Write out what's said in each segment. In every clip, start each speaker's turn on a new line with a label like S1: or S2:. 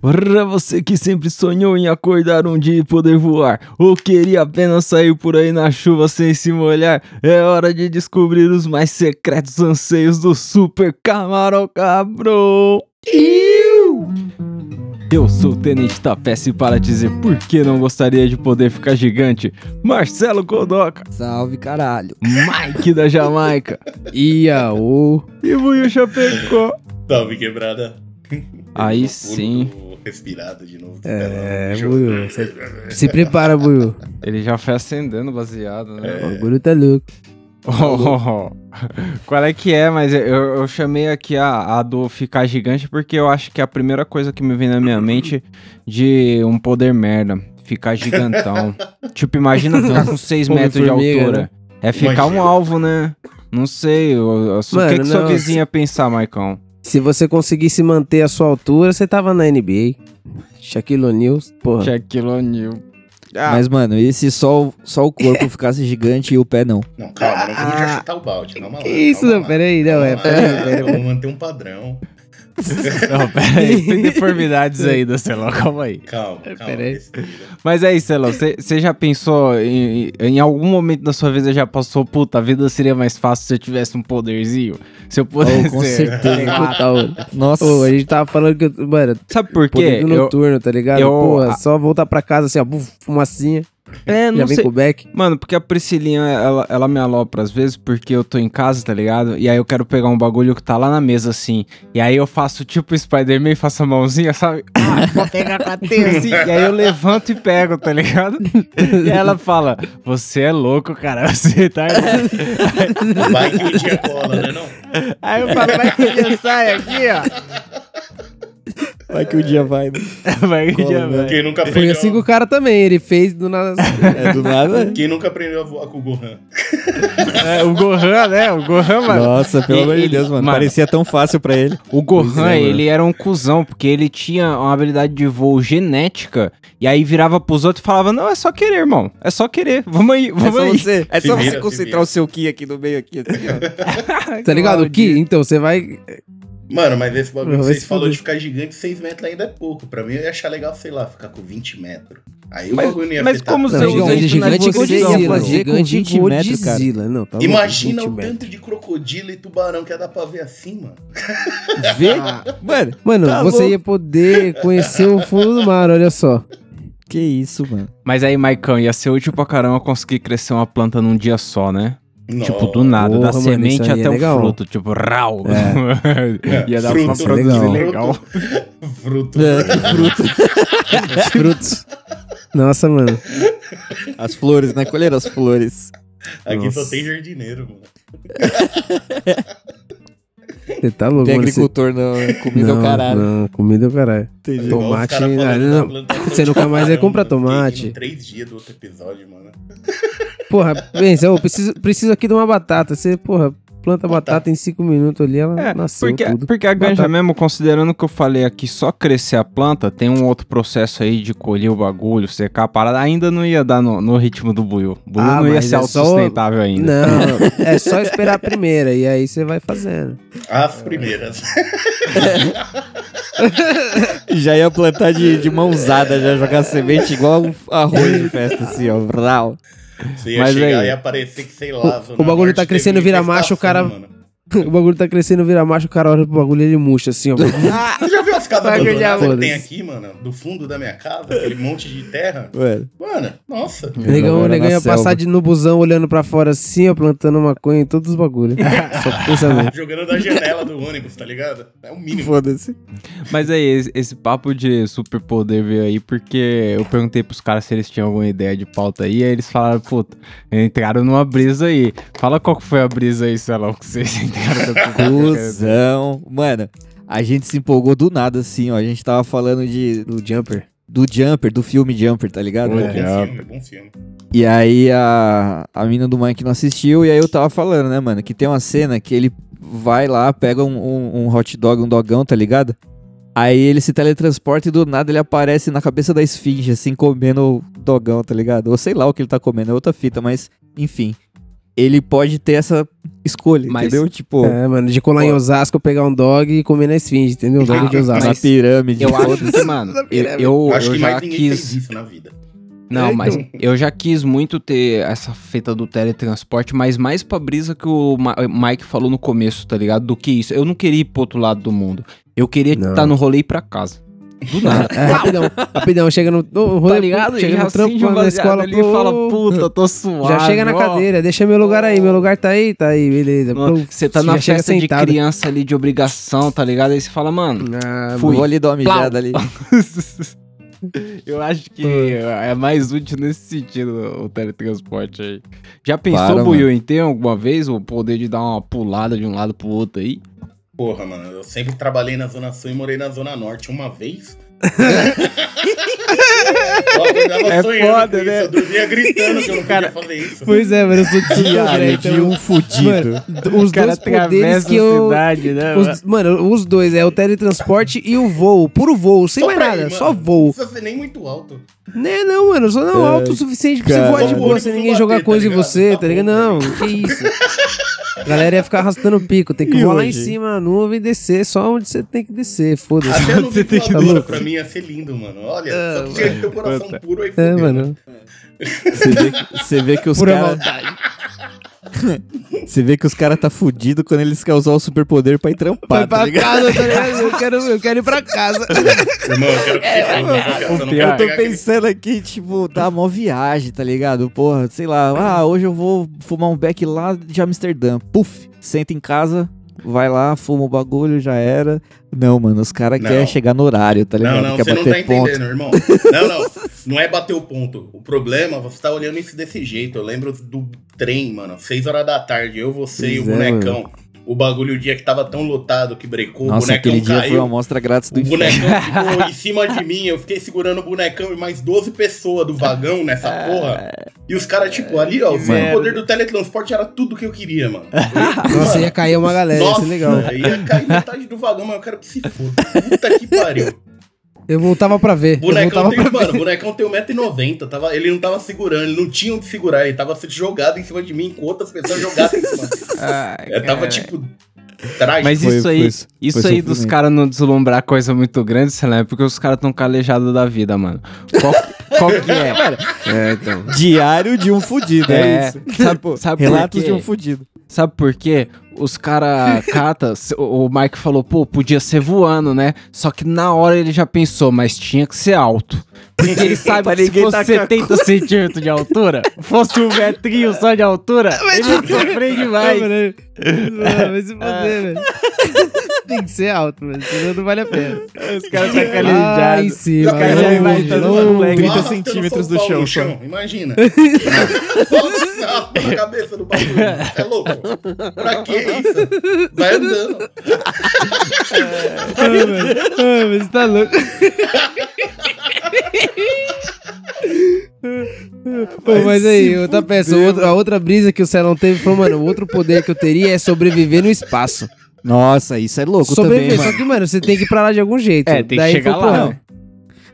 S1: Pra você que sempre sonhou em acordar um dia e poder voar, ou queria apenas sair por aí na chuva sem se molhar, é hora de descobrir os mais secretos anseios do Super Camarão Cabrão. Eu sou o Tenente Tapece para dizer por que não gostaria de poder ficar gigante. Marcelo Kodoka,
S2: Salve, caralho.
S1: Mike da Jamaica
S2: Iaô.
S1: e Buiu Chapecó.
S3: Salve quebrada.
S1: Aí
S3: Tô
S1: sim,
S3: muito Respirado de novo. tá
S2: É,
S3: Show.
S2: Buiu. cê- Se prepara, Buiu.
S1: ele já foi acendendo baseado, né?
S2: O bagulho tá louco.
S1: Oh, qual é que é? Mas eu, eu chamei aqui a, a do ficar gigante porque eu acho que é a primeira coisa que me vem na minha mente de um poder merda. Ficar gigantão. tipo, imagina ficar com 6
S2: Homem
S1: metros de
S2: formiga,
S1: altura. É ficar um
S3: Imagina.
S1: alvo, né? Não sei. eu- eu- o que,
S2: Mano,
S1: que sua
S2: não,
S1: vizinha pensar, Maicão?
S2: Se você conseguisse manter a sua altura, você tava na NBA. Shaquille O'Neal, porra.
S1: Shaquille O'Neal. Ah.
S4: Mas, mano, e se só, o- só o corpo ficasse gigante e o pé não?
S3: Não, calma, não vamos
S2: Ah,
S3: já chutar o balde. Calma lá. calma lá.
S2: peraí, é,
S3: Calma lá,
S2: peraí,
S1: É.
S2: peraí.
S3: Vamos manter um padrão.
S1: Não, pera aí. Tem deformidades ainda, Celão. Calma aí.
S3: Calma, calma.
S2: É, Peraí.
S3: respira.
S1: Mas é isso, Elon. Você já pensou em, em algum momento da sua vida já passou, puta, a vida seria mais fácil se eu tivesse um poderzinho? Se eu pudesse. né?
S4: Oh, com certeza.
S2: Tá, ô.
S4: Nossa.
S2: Ô, a gente tava falando que. eu- Mano,
S1: Sabe por quê?
S2: poder
S1: Eu,
S2: noturno, tá ligado?
S1: eu-
S2: Porra, só voltar pra casa assim, ó, buf, fumacinha.
S1: é,
S2: já
S1: não
S2: vem
S1: sei.
S2: com o back.
S1: Mano, porque a Priscilinha, ela, ela me alopra às vezes porque eu tô em casa, tá ligado? E aí eu quero pegar um bagulho que tá lá na mesa, assim. E aí eu faço tipo Spider-Man, faço a mãozinha, sabe? Ah, vou pegar com a teia, assim. E aí eu levanto e pego, tá ligado? E ela fala, você é louco, cara, você tá...
S3: Vai que o dia cola, né? Não?
S1: Aí eu falo, vai que o dia sai aqui, ó.
S4: Vai que o dia vai. né?
S1: Vai que o dia vai.
S3: Quem nunca aprendeu,
S2: Foi assim com o cara também, ele fez do nada.
S4: É do nada.
S3: quem nunca aprendeu a voar com o Gohan?
S1: É, o Gohan, né? O Gohan, mano.
S4: Nossa, pelo
S1: E-
S4: amor de
S1: ele-
S4: Deus, mano.
S1: mano.
S4: Parecia tão fácil pra ele.
S1: O
S4: Pois
S1: Gohan,
S4: é, mano.
S1: ele era um cuzão, porque ele tinha uma habilidade de voo genética, e aí virava pros outros e falava, não, é só querer, irmão. É só querer. Vamos aí, vamos aí.
S4: você, é
S3: Se vira, se vira.
S4: seu Ki aqui no meio, aqui, assim, ó.
S2: Tá ligado? O que? Então, você vai.
S3: Mano, mas esse bagulho
S2: Vai
S3: que vocês
S2: se
S3: falou
S2: fuder.
S3: de ficar gigante, 6 metros ainda é pouco. Pra mim, eu ia achar legal, sei lá, ficar com 20 metros. Aí o
S1: Mas-
S3: bagulho não ia
S1: mas
S3: afetar
S1: como
S3: tanto.
S1: você usa
S2: Gigante,
S1: isso na
S4: gigante,
S2: você
S1: evolução,
S2: ia
S1: mano?
S4: fazer-
S2: fazer
S4: com
S2: com
S4: 20 metros, cara.
S2: Godzilla. Não, tá louco,
S3: Imagina
S2: 20
S3: o
S2: metros.
S3: tanto de crocodilo e tubarão que ia dar pra ver assim, mano.
S4: Vê? Mano,
S2: Mano,
S4: Tá
S2: você
S4: louco.
S2: ia poder conhecer o fundo do mar, olha só.
S4: que isso, mano.
S1: Mas aí, Maicão, ia ser útil pra caramba conseguir crescer uma planta num dia só, né? Tipo, do
S3: Nossa.
S1: nada, da
S2: Porra, mano,
S1: semente
S2: isso aí é
S1: até o
S2: legal.
S1: fruto, tipo, rau.
S3: É,
S1: ia dar uma
S3: fruto,
S1: produção
S2: legal.
S1: legal.
S3: Fruto.
S4: É, que fruto.
S2: Frutos. Nossa, mano.
S4: As flores, né? Colher as flores.
S3: Aqui só
S2: Nossa.
S3: tem jardineiro, mano.
S2: Você tá louco,
S4: Tem
S2: mano. Você-
S4: agricultor, não. né? Comida é o
S2: Não,
S4: caralho.
S2: Não, comida é o caralho.
S4: Entendi.
S2: Tô-
S3: Igual os
S2: Tomate,
S3: cara falando tá da
S2: ah, não.
S3: plantação
S2: Você
S3: de
S2: nunca mais vai
S3: camarão,
S2: comprar
S3: mano, que
S2: tomate.
S3: em Três dias do outro episódio, mano.
S2: Porra, pensa, eu preciso, preciso aqui de uma batata. Você, porra, planta batata em 5 minutos ali, ela
S1: É,
S2: nasceu
S1: porque,
S2: tudo. tá-
S1: porque a ganja
S2: Batata.
S1: mesmo, considerando que eu falei aqui, só crescer a planta, tem um outro processo aí de colher o bagulho, secar a parada, ainda não ia dar no, no ritmo do buio. O buio
S2: Ah,
S1: não ia
S2: mas
S1: ser
S2: é só-
S1: autossustentável ainda.
S2: Não, é só esperar a primeira e aí você vai fazendo.
S3: As primeiras.
S4: Já ia plantar de, de mãozada, já jogar semente igual um arroz de festa, assim, ó. Rau.
S3: Você ia
S1: Mas
S3: chegar
S1: aí-
S3: e aparecer que, sei lá,
S2: O- o bagulho tá crescendo, vira macho, o cara- O bagulho tá crescendo, vira macho, o cara olha pro bagulho e ele murcha assim, ó.
S3: Você já viu as casas
S2: Bagulho de
S3: abandonadas que
S2: arroz.
S3: tem aqui, mano? Do fundo da minha casa, aquele monte de terra.
S4: Mano.
S3: Mano, nossa.
S2: O negão, o
S4: Era
S2: negão
S4: na
S2: ia
S4: selva.
S2: passar de no busão olhando pra fora assim, ó, plantando maconha em todos os bagulhos. Só pensamento.
S3: Jogando da janela do ônibus, tá ligado? É o mínimo.
S4: Foda-se.
S1: Mas aí, esse, esse papo de superpoder veio aí porque eu perguntei pros caras se eles tinham alguma ideia de pauta aí, aí eles falaram, puta, entraram numa brisa aí. Fala qual que foi a brisa aí, sei lá, o que vocês entraram da brisa.
S4: Cusão. Mano, a gente se empolgou do nada, assim, ó. A gente tava falando de,
S2: Do jumper.
S4: do Jumper, do filme Jumper, tá ligado?
S1: Olha.
S3: É Bom filme, bom filme.
S4: E aí a, a mina do Mike não assistiu, e aí eu tava falando, né, mano, que tem uma cena que ele vai lá, pega um, um- um hot dog, um dogão, tá ligado? Aí ele se teletransporta e do nada ele aparece na cabeça da esfinge, assim, comendo o dogão, tá ligado? Ou sei lá o que ele tá comendo, é outra fita, mas enfim. ele pode ter essa escolha,
S1: Mas-
S4: entendeu? Tipo,
S2: É, mano, de colar em Osasco, pegar um dog e comer na esfinge, entendeu? Um Dog de Osasco.
S4: na
S1: mas-
S4: pirâmide.
S1: Eu acho que, mano, eu, eu,
S3: acho
S1: eu
S3: que
S1: já
S3: mais ninguém
S1: quis.
S3: fez isso na vida.
S1: Não,
S2: É,
S1: mas
S3: então.
S1: eu já quis muito ter essa feta do teletransporte, mas mais pra brisa que o Ma- eh, Mike falou no começo, tá ligado? Do que isso. Eu não queria ir pro outro lado do mundo. Eu queria
S2: Não.
S1: estar no rolê e ir pra casa. Do nada.
S2: É, rapidão, rapidão, chega no. ô, rolê,
S1: tá ligado?
S2: Chega
S1: e
S2: no trampo,
S1: acende um
S2: mano, na
S1: baseado
S2: escola.
S1: ali
S2: pô,
S1: e fala, puta, tô suave.
S2: já chega na
S1: ó."
S2: cadeira, deixa meu lugar aí, meu lugar tá aí, tá aí, beleza.
S1: Mano,
S2: Pô,
S1: Você tá
S2: já
S1: na
S2: chega
S1: festa de
S2: sentado.
S1: criança ali de obrigação, tá ligado? Aí você fala, mano.
S2: Ah,
S1: Fui.
S4: Vou ali dar uma mijada ali.
S1: Eu acho que é mais útil nesse sentido o teletransporte aí. Já pensou,
S4: Para,
S1: Buiu, em ter alguma vez o poder de dar uma pulada de um lado pro outro aí?
S3: Porra, mano, eu sempre trabalhei na Zona Sul e morei na Zona Norte uma vez. eu tava
S1: É
S3: sonhando
S1: foda,
S3: com isso,
S1: né?
S3: Eu dormia gritando que eu não podia fazer isso.
S2: Pois é, mano, eu sou de Sudoré,
S1: um
S2: então.
S4: um fudido.
S2: Mano, os dois poderes que eu.
S1: né,
S4: É,
S2: Tipo, os- mano, os dois, é o teletransporte e o voo. Puro voo, sem
S3: Só
S2: mais
S3: pra
S2: é nada,
S3: ir, mano.
S2: só
S3: Não
S2: voo.
S3: precisa ser nem muito alto.
S2: Né, não, mano, só não alto o suficiente pra você
S4: É, cara.
S2: voar de boa
S3: Vamos
S2: sem
S3: pro
S2: ninguém
S3: bater,
S2: jogar
S3: tá
S2: coisa em
S3: ligado?
S2: você,
S3: Tá
S2: tá ligado? Não,
S3: bom,
S2: que isso. A galera ia ficar arrastando o pico, tem que
S4: E
S2: voar lá em
S4: hoje?
S2: cima na nuvem e descer, só onde você tem que descer, foda-se.
S3: Até no
S1: Você tem que-
S3: ventilador pra mim ia ser lindo, mano. Olha, só que tinha que ter o coração
S1: puta.
S3: puro aí
S2: É,
S3: fudeu, né?
S2: mano.
S4: Você vê, que- você vê que os
S2: Pura
S4: caras. Você vê que os caras tá fudido quando eles querem usar o superpoder pra ir trampar,
S2: Vai
S4: tá
S2: pra
S4: ligado?
S2: casa, tá ligado? Eu quero, eu quero ir pra casa.
S3: Irmão, eu quero ficar em casa, eu não quero
S1: pior.
S3: pegar
S4: Eu tô
S3: aquele-
S4: pensando aqui, tipo, tá mó viagem, tá ligado? Porra, sei lá, ah, hoje eu vou fumar um beck lá de Amsterdã. Puf, senta em casa, vai lá, fuma o bagulho, já era. Não, mano, os caras
S3: Não.
S4: querem chegar no horário, tá ligado?
S3: Não, não,
S4: Quer
S3: você não tá
S4: bater ponto.
S3: entendendo, irmão. Não, não. Não é bater o ponto. O problema, você tá olhando isso desse jeito. Eu lembro do trem, mano. Seis horas da tarde, eu, você e o
S4: Pois é,
S3: bonecão. O bagulho, o dia que tava tão lotado que brecou, o
S4: Nossa, aquele
S3: bonecão
S4: dia foi uma
S3: caiu.
S4: amostra grátis do
S3: O
S4: inferno.
S3: bonecão ficou em cima de mim, eu fiquei segurando o bonecão e mais 12 pessoas do vagão nessa porra. E os caras, tipo, ali, ó, o
S4: merda.
S3: poder do teletransporte era tudo que eu queria, mano.
S4: É,
S2: Nossa, ia cair uma galera, ia ser legal.
S3: ia cair metade do vagão, mas eu quero que se foda. Puta que pariu.
S2: Eu voltava pra ver. Eu
S3: Bonecão
S2: voltava
S3: tem,
S2: pra
S3: mano,
S2: ver.
S3: bonecão tem 1,90m. Tava, ele não tava segurando, ele não tinha onde segurar, ele tava sendo jogado em cima de mim, com outras pessoas jogadas em cima.
S2: É,
S3: Eu tava tipo. Trágico.
S1: Mas
S4: Foi-
S1: isso aí,
S4: foi-
S1: isso
S4: foi
S1: aí dos
S4: sofrimento.
S1: caras não deslumbrar coisa muito grande, sei lá, é porque os caras tão calejados da vida, mano. Qual, qual que é?
S2: É, então.
S4: Diário de um fudido, é,
S1: É,
S4: isso.
S1: sabe-
S4: Tipo,
S1: sabe por
S4: relatos
S1: quê?
S4: de um fudido.
S1: Sabe por quê? Os cara cata, se- o o Mike falou, pô, podia ser voando, né? Só que na hora ele já pensou, mas tinha que ser alto. Porque ele sabe
S4: Pra
S1: que se
S4: ninguém
S1: fosse
S4: tacar
S1: 70 centímetros de altura, fosse um metrinho só de altura, ele ia sofrer
S2: Ai,
S1: demais.
S2: mano. Ah, Vai se foder, velho. Tem que ser alto, mano. Senão não vale a pena.
S1: Os caras tá
S2: Lá em
S1: calejados.
S2: cima,
S1: Os caras já
S2: longe,
S1: imaginam
S2: longe.
S1: os moleques.
S3: Nossa,
S4: 30
S3: eu não sou
S4: centímetros
S3: o
S4: do
S3: um pau
S4: chão,
S3: no
S4: só.
S3: Imagina. Nossa, a cabeça do bagulho. É louco. Pra que isso? Vai andando.
S2: Ah, mano. Ah, mas você tá louco. Pô, mas aí, outra peça, outra- a outra brisa que o Celão teve foi, mano, o outro poder que eu teria é sobreviver no espaço.
S4: Nossa, isso é louco
S2: sobreviver,
S4: também, mano.
S2: só que, mano, você tem que ir pra lá de algum jeito.
S1: É, tem que
S2: Daí
S1: chegar
S2: foi,
S1: lá,
S2: porra,
S1: né?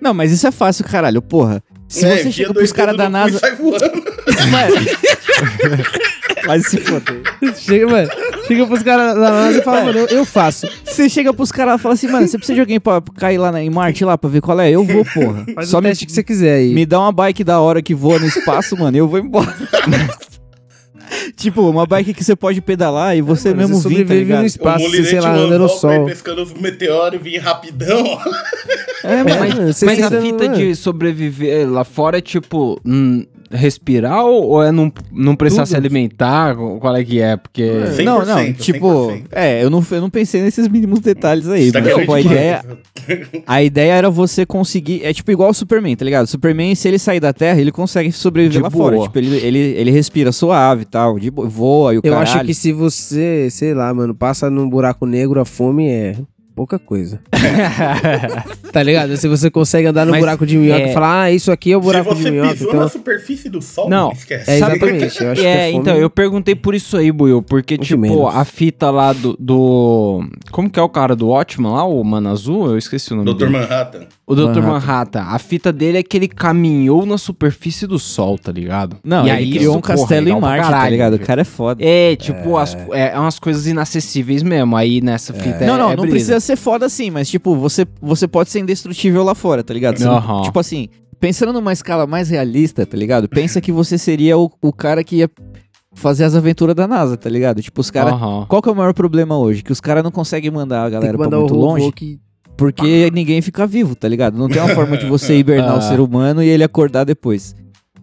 S4: Não, mas isso é fácil, caralho, porra. Se
S3: É, enfia
S4: você chega
S3: dois
S4: pros caras
S3: dedos
S4: da
S3: no cu e
S4: NASA... É.
S3: Sai voando.
S4: Vai se foder.
S2: Chega, mano, chega pros caras da NASA e fala, mano, eu, eu faço.
S4: Você chega pros caras e fala assim, mano, você precisa de alguém pra cair lá na- em Marte lá pra ver qual é? Eu vou, porra.
S2: Faz
S4: Só
S2: o
S4: me,
S2: teste que você quiser aí.
S4: me dá uma bike da hora que voa no espaço, mano, e eu vou embora. tipo, uma bike que você pode pedalar e você
S2: Mano,
S4: mesmo
S2: você
S4: vir, tá
S2: É, sobrevive
S4: ligado?
S2: no espaço, você, sei lá, anda no sol.
S3: pescando os meteoros, vim rapidão.
S4: É,
S1: Mas,
S2: mano, você é.
S1: mas
S2: se
S1: a
S2: dá-
S1: fita
S2: mano.
S1: de sobreviver lá fora é tipo. hum, respirar ou ou é não, não precisar
S2: Tudo.
S1: se alimentar? Qual é que é? Porque.
S3: É.
S4: Não, não,
S3: 100%,
S4: tipo,
S3: 100%.
S4: é, eu não, eu não pensei nesses mínimos detalhes aí, mas,
S3: tá
S2: é
S3: querendo
S4: tipo, a
S3: demais.
S4: ideia, a ideia era você conseguir, é tipo igual o Superman, tá ligado? Superman, se ele sair da Terra, ele consegue sobreviver
S1: De
S4: lá
S1: boa.
S4: fora, tipo, ele, ele, ele respira suave e tal, de boa, voa e o
S2: Eu
S4: caralho.
S2: acho que se você, sei lá, mano, passa num buraco negro, a fome é pouca coisa. tá ligado? Se você consegue andar num
S1: Mas
S2: buraco de minhoca
S1: é-
S2: e falar, ah, isso aqui é o buraco
S3: Se
S2: de
S3: você
S2: minhoca.
S3: pisou
S2: Então...
S3: na superfície do sol,
S1: Não,
S3: esquece.
S2: É,
S1: Sabe-
S2: exatamente. Eu acho que
S1: é,
S2: é fome.
S1: então, eu perguntei por isso aí, Buiu, porque,
S2: Muito
S1: tipo,
S2: menos.
S1: a fita lá do, do- Como que é o cara do Watchman lá, o Mano Azul? Eu esqueci o nome
S3: Doutor
S1: dele.
S3: Manhattan.
S1: O Dr.
S4: Manhattan.
S1: Manhattan, a fita dele é que ele caminhou na superfície do sol, tá ligado?
S4: Não,
S1: E
S4: ele
S1: aí,
S4: criou
S1: isso,
S4: um
S1: porra, é
S4: castelo
S1: legal
S4: em
S1: pra
S4: Marte, tá
S1: caralho,
S4: ligado? O
S1: velho.
S4: cara é foda.
S1: É, tipo, as- é, é umas coisas inacessíveis mesmo. Aí nessa fita é.
S4: Não, não,
S1: é
S4: não
S1: brisa.
S4: precisa ser foda assim, mas tipo, você, você pode ser indestrutível lá fora, tá ligado? Você não-
S1: Aham.
S4: Tipo assim, pensando numa escala mais realista, tá ligado? Pensa que você seria o, o cara que ia fazer as aventuras da NASA, tá ligado? Tipo, os caras.
S1: Aham.
S4: Qual que é o maior problema hoje? Que os caras não conseguem mandar um a
S2: Tem
S4: galera
S2: que
S4: pra
S2: mandar o
S4: muito
S2: robô
S4: longe
S2: que...
S4: porque
S2: Uhum.
S4: ninguém fica vivo, tá ligado? Não tem uma forma de você hibernar
S1: Ah.
S4: o ser humano e ele acordar depois.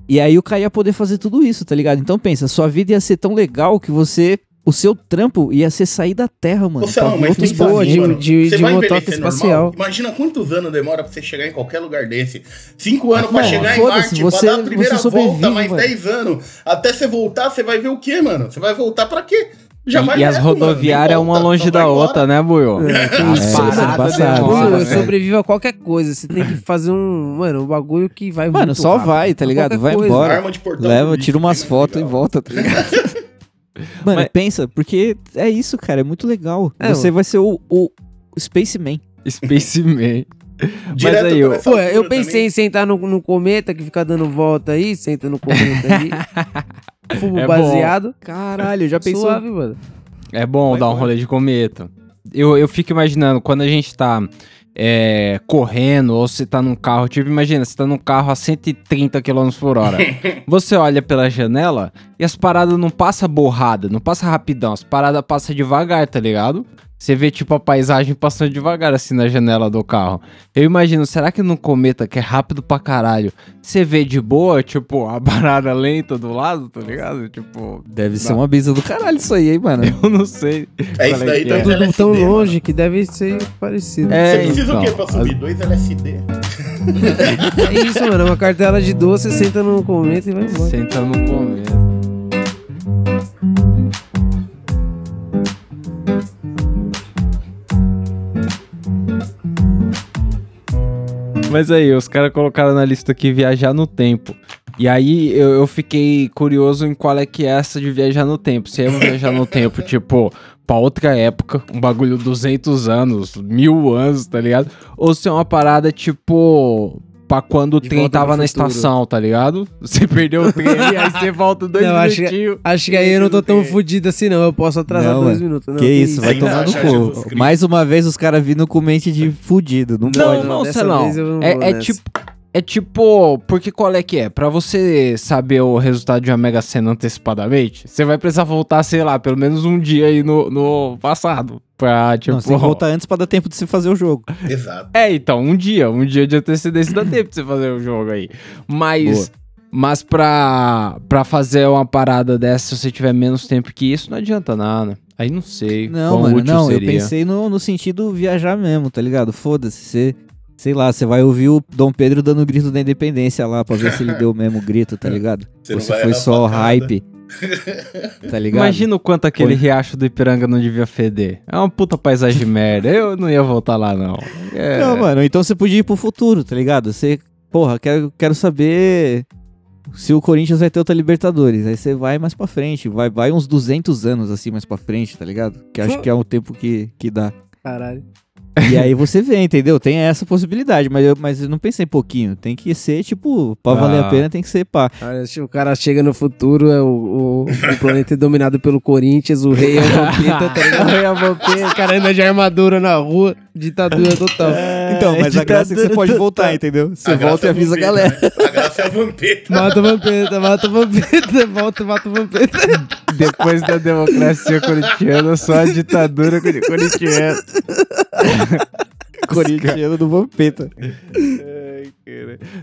S4: E aí o cara ia poder fazer tudo isso, tá ligado? Então pensa, sua vida ia ser tão legal que você. O seu trampo ia ser sair da Terra, mano.
S3: Nossa,
S4: pra
S3: não, mas
S4: outros
S3: pensa
S2: tá boa,
S3: assim,
S2: de-
S4: planetas.
S3: mano,
S2: de-
S3: você
S2: de
S3: vai
S2: motoca
S3: envelhecer normal?
S2: espacial.
S3: Imagina quantos anos demora pra você chegar em qualquer lugar desse. Cinco anos pra
S4: Não,
S3: chegar em
S4: foda-se,
S3: Marte,
S4: você-
S3: pra dar a primeira
S4: você
S3: volta,
S4: sobrevive,
S3: mais
S4: mano.
S3: 10 anos. Até você voltar, você vai ver o quê, mano? Você vai voltar pra quê? Já
S1: E-
S3: vai
S1: e as
S3: reto, mano, nem
S1: rodoviárias uma
S3: volta,
S1: longe
S3: só tá vai
S1: da
S3: embora.
S1: outra, né, Buiu?
S4: É, isso,
S1: As
S4: mano,
S1: paradas
S4: passado.
S1: demoram,
S2: Ah, Mano,
S1: né?
S4: velho.
S2: sobrevive a qualquer coisa. Você tem que fazer um, mano, um bagulho que vai
S4: Mano,
S2: muito
S4: só
S2: rápido. é
S4: vai, tá ligado?
S2: Qualquer
S4: Vai
S2: coisa.
S4: embora.
S3: Arma de portão do
S4: Leva,
S3: lixo,
S4: tira umas
S3: né?
S4: fotos e
S3: Legal.
S4: volta, tá ligado? Mano, pensa, porque é isso, cara, é muito legal.
S2: É,
S4: você vai ser o, o Spaceman.
S1: Spaceman.
S3: Direto
S1: aí,
S3: pra
S1: ó.
S3: essa
S2: Pô,
S3: altura
S2: eu pensei
S3: também.
S2: em sentar no, no cometa que fica dando volta aí, senta no cometa aí. Fumo
S1: É bom.
S2: baseado.
S4: Caralho, já pensou?
S2: Suave, mano.
S1: É bom
S4: Vai
S1: dar um
S4: embora.
S1: rolê de cometa. Eu, eu fico imaginando, quando a gente tá é, correndo, ou você tá num carro, tipo, imagina, você tá num carro a 130 km por hora. você olha pela janela e as paradas não passam borrada, não passa rapidão, as paradas passam devagar, tá ligado? Você vê, tipo, a paisagem passando devagar, assim, na janela do carro. Eu imagino, será que num cometa, que é rápido pra caralho, você vê de boa, tipo, a parada lenta do lado, tá ligado? Tipo,
S4: Deve ser uma brisa do caralho isso aí, hein, mano.
S1: eu não sei.
S3: É isso
S1: Qual
S3: daí,
S1: que
S3: tá
S1: é?
S2: Tudo
S3: LSD,
S2: tão
S3: mano.
S2: longe que deve ser parecido.
S1: É,
S3: Você precisa o quê
S1: então,
S3: pra subir? Dois LSD?
S2: É isso, mano. Uma cartela de doce, senta no cometa e vai embora.
S1: Senta no começo. Mas aí, os caras colocaram na lista aqui viajar no tempo. E aí eu, eu fiquei curioso em qual é que é essa de viajar no tempo. Se é um viajar no tempo, tipo, pra outra época, um bagulho 200 anos, mil anos, tá ligado? Ou se é uma parada, tipo, pra quando o
S2: De
S1: trem
S2: volta pro
S1: tava na
S2: futuro.
S1: estação, tá ligado? Você perdeu o trem ali, aí você volta dois
S2: Não, acho que-
S1: minutinhos.
S2: Acho que aí eu não tô tão fudido assim, não. Eu posso atrasar
S4: Não,
S2: dois
S4: mano.
S2: minutos. Não,
S4: que isso, vai
S3: isso? Tem
S4: tomar
S3: que achar
S4: no
S3: Jesus
S4: cu.
S3: Cristo.
S4: Mais uma vez os caras vindo com mente de fudido. Não,
S1: Não,
S4: pode.
S1: não,
S2: dessa
S1: sei não.
S2: vez eu não vou
S1: É, é
S2: nessa.
S1: tipo. É tipo, porque qual é que é? Pra você saber o resultado de uma Mega Sena antecipadamente, você vai precisar voltar, sei lá, pelo menos um dia aí no, no passado. Pra, tipo,
S4: Não,
S3: assim,
S4: você tem que voltar antes pra dar tempo de você fazer o jogo.
S3: Exato.
S1: É, então, um dia, um dia de antecedência dá tempo pra você fazer o jogo aí. Mas, mas pra, pra fazer uma parada dessa, se você tiver menos tempo que isso, não adianta nada. Aí não sei
S4: Não,
S1: quão
S4: mano,
S1: útil
S4: não.
S1: seria.
S4: Eu pensei no, no sentido viajar mesmo, tá ligado? Foda-se, você. Sei lá, você vai ouvir o Dom Pedro dando o grito da independência lá pra ver se ele deu o mesmo grito, tá ligado?
S3: Você
S4: Ou
S3: não
S4: se
S3: vai
S4: foi
S3: errar
S4: só
S3: a patada.
S4: hype. Tá ligado?
S1: Imagina o quanto aquele
S4: Oi.
S1: riacho do Ipiranga não devia feder. É uma puta paisagem de merda. Eu não ia voltar lá, não. É.
S4: Não, mano, então você podia ir pro futuro, tá ligado? Você, porra, quero, quero saber se o Corinthians vai ter outra Libertadores. Aí você vai mais pra frente, vai, vai uns 200 anos assim mais pra frente, tá ligado? Que acho que é o tempo que, que dá.
S2: Caralho.
S4: E aí você vê, entendeu? Tem essa possibilidade, mas eu, mas eu não pensei pouquinho. Tem que ser, tipo, pra valer
S1: Ah.
S4: a pena tem que ser pá.
S2: Olha, se o cara chega no futuro, é o, o- o planeta é dominado pelo Corinthians, o rei é o vampeta, tá ligado? O rei é o vampeta, o cara anda de armadura na rua, ditadura total.
S4: então, mas a graça é que você pode voltar, entendeu? Você
S3: Tá. graça
S4: volta e
S3: é
S4: avisa a
S3: vampeta,
S4: galera.
S3: né? A graça é a vampeta.
S2: Mata o vampeta, mata o vampeta, volta e mata o vampeta.
S1: Depois da democracia corintiana, só a ditadura cori- corintiana.
S4: Corintiano do Vampeta.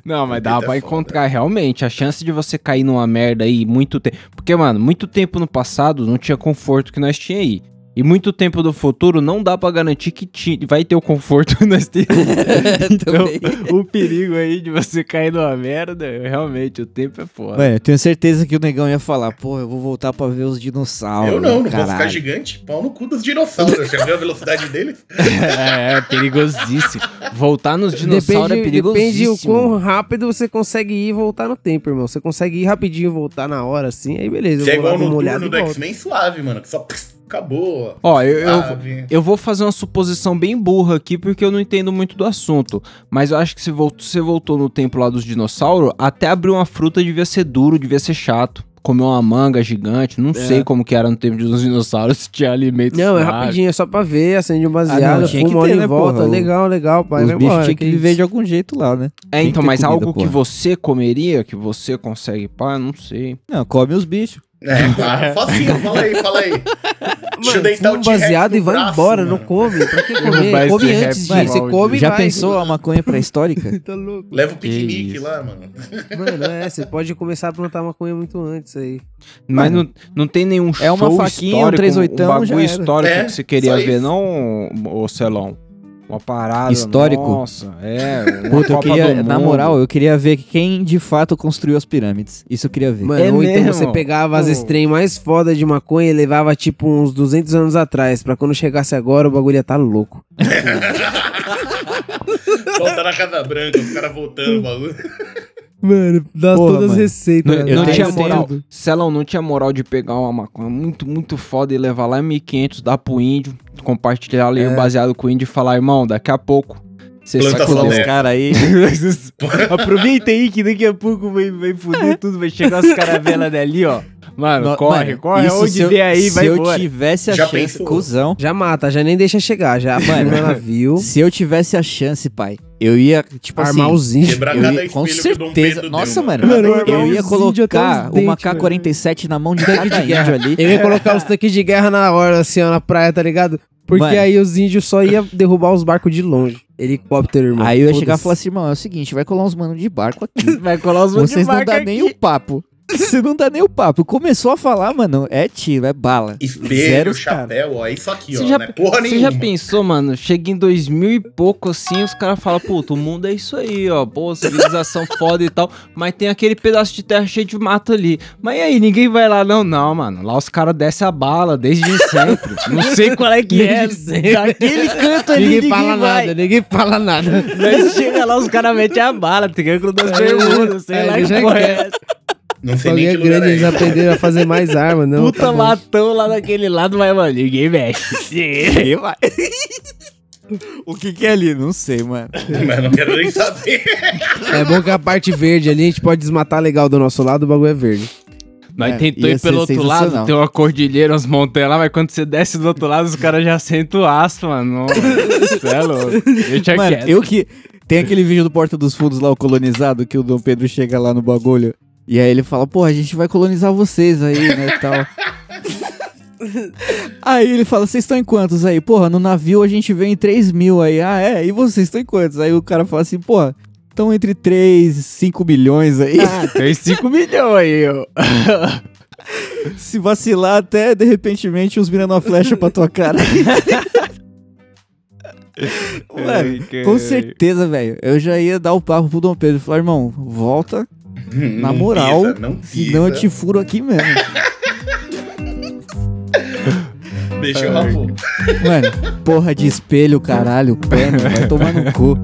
S1: Não, mas dá
S3: Vida é
S1: pra
S3: foda.
S1: encontrar realmente. A chance de você cair numa merda aí muito tempo. Porque, mano, muito tempo no passado não tinha conforto que nós tinha aí. E muito tempo do futuro não dá pra garantir que ti- vai ter o conforto que nós temos. então, o perigo aí de você cair numa merda, realmente, o tempo é foda.
S4: Mano, eu tenho certeza que o negão ia falar, pô, eu vou voltar pra ver os dinossauros.
S3: Eu não, não
S4: caralho.
S3: posso ficar gigante. Pau no cu dos dinossauros. Já viu a velocidade deles?
S1: É, é perigosíssimo. Voltar nos dinossauros é
S2: Depende,
S1: perigosíssimo.
S2: depende o quão rápido você consegue ir e voltar no tempo, irmão. Você consegue ir rapidinho e voltar na hora, assim, aí beleza.
S3: Você é
S2: Eu vou lá,
S3: igual
S2: dou
S3: no
S2: uma olhada
S3: turno
S2: e
S3: do
S2: volto.
S3: X-Men suave, mano. Que só pss, acabou.
S1: Ó, eu, eu,
S2: Ah.
S3: sabe?
S1: eu vou fazer uma suposição bem burra aqui, porque eu não entendo muito do assunto. Mas eu acho que se voltou, você voltou no tempo lá dos dinossauros, até abrir uma fruta devia ser duro, devia ser chato. Comer uma manga gigante, não sei como que era no tempo dos dinossauros, se tinha alimento.
S2: É. Não, é
S1: suave.
S2: rapidinho, é só pra ver, acende um
S4: Ah,
S2: baseado,
S4: não, tinha que
S2: fuma
S4: ter,
S2: olha
S4: né,
S2: em volta.
S4: porra?
S2: Legal, legal, pai.
S4: Os
S2: vai
S4: bichos
S2: embora,
S4: tinham que
S2: que
S4: viver
S2: isso.
S4: de algum jeito lá, né?
S1: É,
S4: Tem
S1: então,
S4: que ter
S1: mas
S4: comida,
S1: algo que
S4: porra.
S1: você comeria, que você consegue, pá, não sei.
S4: Não, come os bichos.
S3: É, claro. Facinho, fala aí, fala aí. Deixa eu
S2: Mano,
S3: deitar
S2: fuma
S3: o
S2: um
S3: T-Rex
S2: baseado
S3: no
S2: e vai
S3: braço, né?
S2: embora,
S3: mano.
S2: não come. Pra que
S1: Derrubar
S2: comer?
S1: esse
S2: Come
S1: rap
S2: antes,
S1: de
S2: gente. Você
S1: balde.
S2: come e
S4: Já
S2: vai.
S4: pensou a maconha pré-histórica?
S2: Tá louco.
S3: Leva o
S1: Que
S3: piquenique
S1: isso.
S3: lá, mano.
S2: Mano, é, você pode começar a plantar maconha muito antes aí.
S1: Mas não, não tem nenhum
S4: É uma
S1: show
S4: faquinha, um
S1: histórico,
S4: 38,
S1: um
S4: já
S1: bagulho
S4: era.
S1: histórico
S3: É,
S1: que você queria
S3: só isso.
S1: ver, não, ô Celão. Uma parada.
S4: Histórico?
S1: Nossa, é. Uma
S4: Puta, eu
S1: Copa do
S4: queria,
S1: Mundo.
S4: na moral, eu queria ver quem de fato construiu as pirâmides. Isso eu queria ver.
S2: Mano,
S1: É
S2: ou então
S1: mesmo?
S2: você pegava as
S1: Pô.
S2: stream mais foda de maconha e levava tipo uns 200 anos atrás. Pra quando chegasse agora, o bagulho ia tá louco.
S3: Volta na Casa Branca, os caras voltando o bagulho.
S2: Mano, das
S4: Porra,
S2: todas as
S4: mano.
S2: receitas.
S1: Não,
S4: eu
S1: não
S4: tenho-
S1: tinha
S4: eu tenho-
S1: moral. Celão não tinha moral de pegar uma maconha muito, muito foda e levar lá em 1500, dar pro índio, compartilhar ali
S4: É.
S1: o baseado com o índio e falar, irmão, daqui a pouco. Você
S3: Planta
S1: saca
S3: Salé.
S1: o
S4: Os caras aí.
S1: Aproveita aí que daqui a pouco vai, vai foder tudo, vai chegar as caravelas dali, ó. Mano,
S4: No-
S1: corre,
S4: É. mano,
S1: corre,
S4: isso se
S1: onde
S4: eu-
S1: der aí, vai
S4: Se eu
S1: embora.
S4: tivesse a
S3: Já
S4: chance.
S3: pensou?
S4: Cuzão.
S2: Já mata, já nem deixa chegar. Já
S4: Mano.
S2: mano, ela viu.
S4: Se eu tivesse a chance, pai, eu ia, tipo
S2: Armar
S4: assim.
S2: os índios.
S3: Quebrar
S4: eu
S3: cada
S4: ia, com
S3: espelho que um o Dom
S4: certeza.
S3: Pedro
S4: Nossa,
S3: deu,
S4: mano.
S2: Mano, eu ia armar
S4: eu ia
S2: os índios até
S4: colocar
S2: os
S4: o
S2: dentes, É,
S4: AK-47 na mão de cada
S2: de
S4: índio
S2: guerra.
S4: ali.
S2: Eu ia colocar os tanques de guerra na hora, assim, ó, na praia, tá ligado? Porque
S4: Mano.
S2: aí os índios só iam derrubar os barcos de longe. Helicóptero, irmão.
S4: Aí eu ia chegar e
S2: Foda-se.
S4: falar assim, irmão, é o seguinte, vai colar uns manos de barco aqui.
S1: Vai colar os
S4: Vocês não dá
S1: aqui.
S4: nem o papo. Você não dá nem o papo. Começou a falar, mano, é tiro, é bala.
S3: Espelho,
S4: os cara.
S3: chapéu, ó. É isso aqui,
S1: Você
S3: ó.
S1: já-
S3: não é porra
S1: né? Você
S3: nenhuma.
S1: já pensou, mano? Chega em 2000 e pouco assim, os caras falam, puta, o mundo é isso aí, ó. Pô, civilização foda e tal. Mas tem aquele pedaço de terra cheio de mato ali. Mas e aí, ninguém vai lá, não, não, mano. Lá os caras descem a bala desde sempre. não sei qual é que é.
S2: Desde sempre.
S1: Daquele canto ali.
S2: Ninguém,
S1: Ninguém
S2: fala
S1: vai.
S2: nada, ninguém fala nada.
S1: Mas chega lá, os caras metem a bala, tá triângulo das bermudas, sei
S2: É,
S1: lá
S2: ele já
S1: que porra é
S2: quer.
S1: essa.
S3: Não sei nem
S2: Bagulho
S3: que
S2: é
S3: lugar
S2: grande,
S3: é
S2: eles
S3: esse.
S2: aprenderam a fazer mais arma, não.
S1: Puta
S2: tá bom.
S1: matão lá daquele lado, mas, mano, ninguém mexe.
S4: Ninguém vai. o que que é ali? Não sei, mano.
S3: Mas não quero nem saber.
S2: É bom que a parte verde ali a gente pode desmatar legal do nosso lado, o bagulho é verde.
S1: Nós
S4: É,
S1: tentou
S4: ia
S1: ir
S4: ser
S1: pelo outro
S4: sensacional.
S1: lado, tem uma cordilheira, umas montanhas lá, mas quando você desce do outro lado, os caras já sentam o aço, mano. Você é louco. Deixa
S4: Mano,
S1: quieto.
S4: eu que. Tem aquele vídeo do Porta dos Fundos lá, o colonizado, que o Dom Pedro chega lá no bagulho. E aí ele fala, porra, a gente vai colonizar vocês aí, né, e tal. aí ele fala, vocês estão em quantos aí? Porra, no navio a gente veio em 3 mil aí. Ah, é? E vocês estão em quantos? Aí o cara fala assim, porra, estão entre 3 e 5 milhões aí.
S1: Tem 5 milhões aí, ó.
S4: Se vacilar até, de repentemente, uns virando uma flecha pra tua cara. Mano, com certeza, velho. Eu já ia dar o papo pro Dom Pedro e falar, irmão, volta, Na
S3: Não
S4: moral,
S3: pisa, não pisa.
S4: senão eu te furo aqui mesmo.
S3: Deixa eu Rafa.
S4: Mano, porra de espelho, caralho, perna, vai tomar no cu.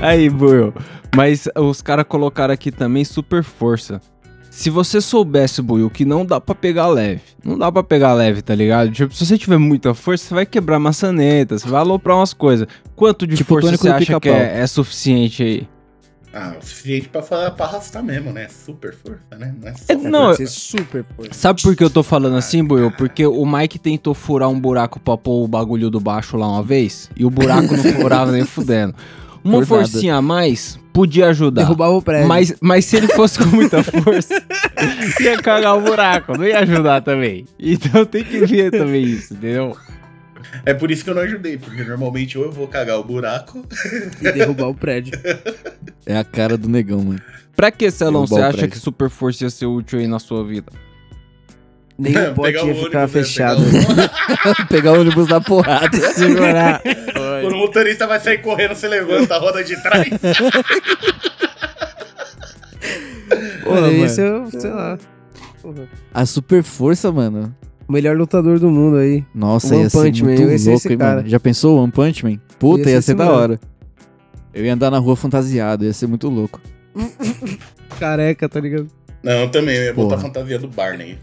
S1: Aí, Buio. Mas os caras colocaram aqui também super força. Se você soubesse, Buio, que não dá pra pegar leve. Não dá pra pegar leve, tá ligado? Tipo, se você tiver muita força, você vai quebrar maçaneta, você vai aloprar umas coisas. Quanto de
S4: Tipo o
S1: força
S4: tônico
S1: você
S4: do
S1: acha que
S4: pica-pau.
S1: é, é suficiente aí?
S3: Ah, o suficiente pra, fa- pra arrastar mesmo, né? Super força, né? Não é só
S1: É, não,
S2: Pode ser super forte.
S1: Sabe por que eu tô falando assim, Buiu? Porque o Mike tentou furar um buraco pra pôr o bagulho do baixo lá uma vez e o buraco não furava nem fudendo. Uma
S4: Por nada.
S1: forcinha a mais podia ajudar.
S2: Derrubava o prédio.
S1: Mas, mas se ele fosse com muita força, ia cagar o buraco, não ia ajudar também. Então tem que ver também isso, entendeu?
S3: É por isso que eu não ajudei, porque normalmente ou eu vou cagar o buraco.
S2: E derrubar o prédio.
S4: É a cara do negão, mano.
S1: Pra que, Celão,
S4: Derrubar
S1: você
S4: o
S1: acha
S4: prédio.
S1: que super força ia ser útil aí na sua vida?
S2: Nem o pote ia ficar
S3: né?
S2: fechado.
S3: Pegar
S4: Pegar o ônibus na porrada.
S1: Segurar.
S3: o- Quando o motorista vai sair correndo, você levanta a roda de trás.
S4: Porra,
S2: Mano,
S4: mano.
S2: isso eu, sei lá.
S4: A super força, mano.
S2: O melhor lutador do mundo aí.
S4: Nossa,
S2: One
S4: ia ser
S2: Punch Man,
S4: muito
S2: eu ia ser
S4: louco,
S2: esse
S4: hein, mano?
S2: cara.
S4: Já pensou o One Punch Man? Puta,
S2: Ia ser
S4: ia,
S2: esse
S4: ser da
S2: mano.
S4: hora. Eu ia andar na rua fantasiado, ia ser muito louco.
S2: Careca, tá ligado?
S3: Não, eu também, eu ia botar a
S4: Porra.
S3: fantasia do Barney.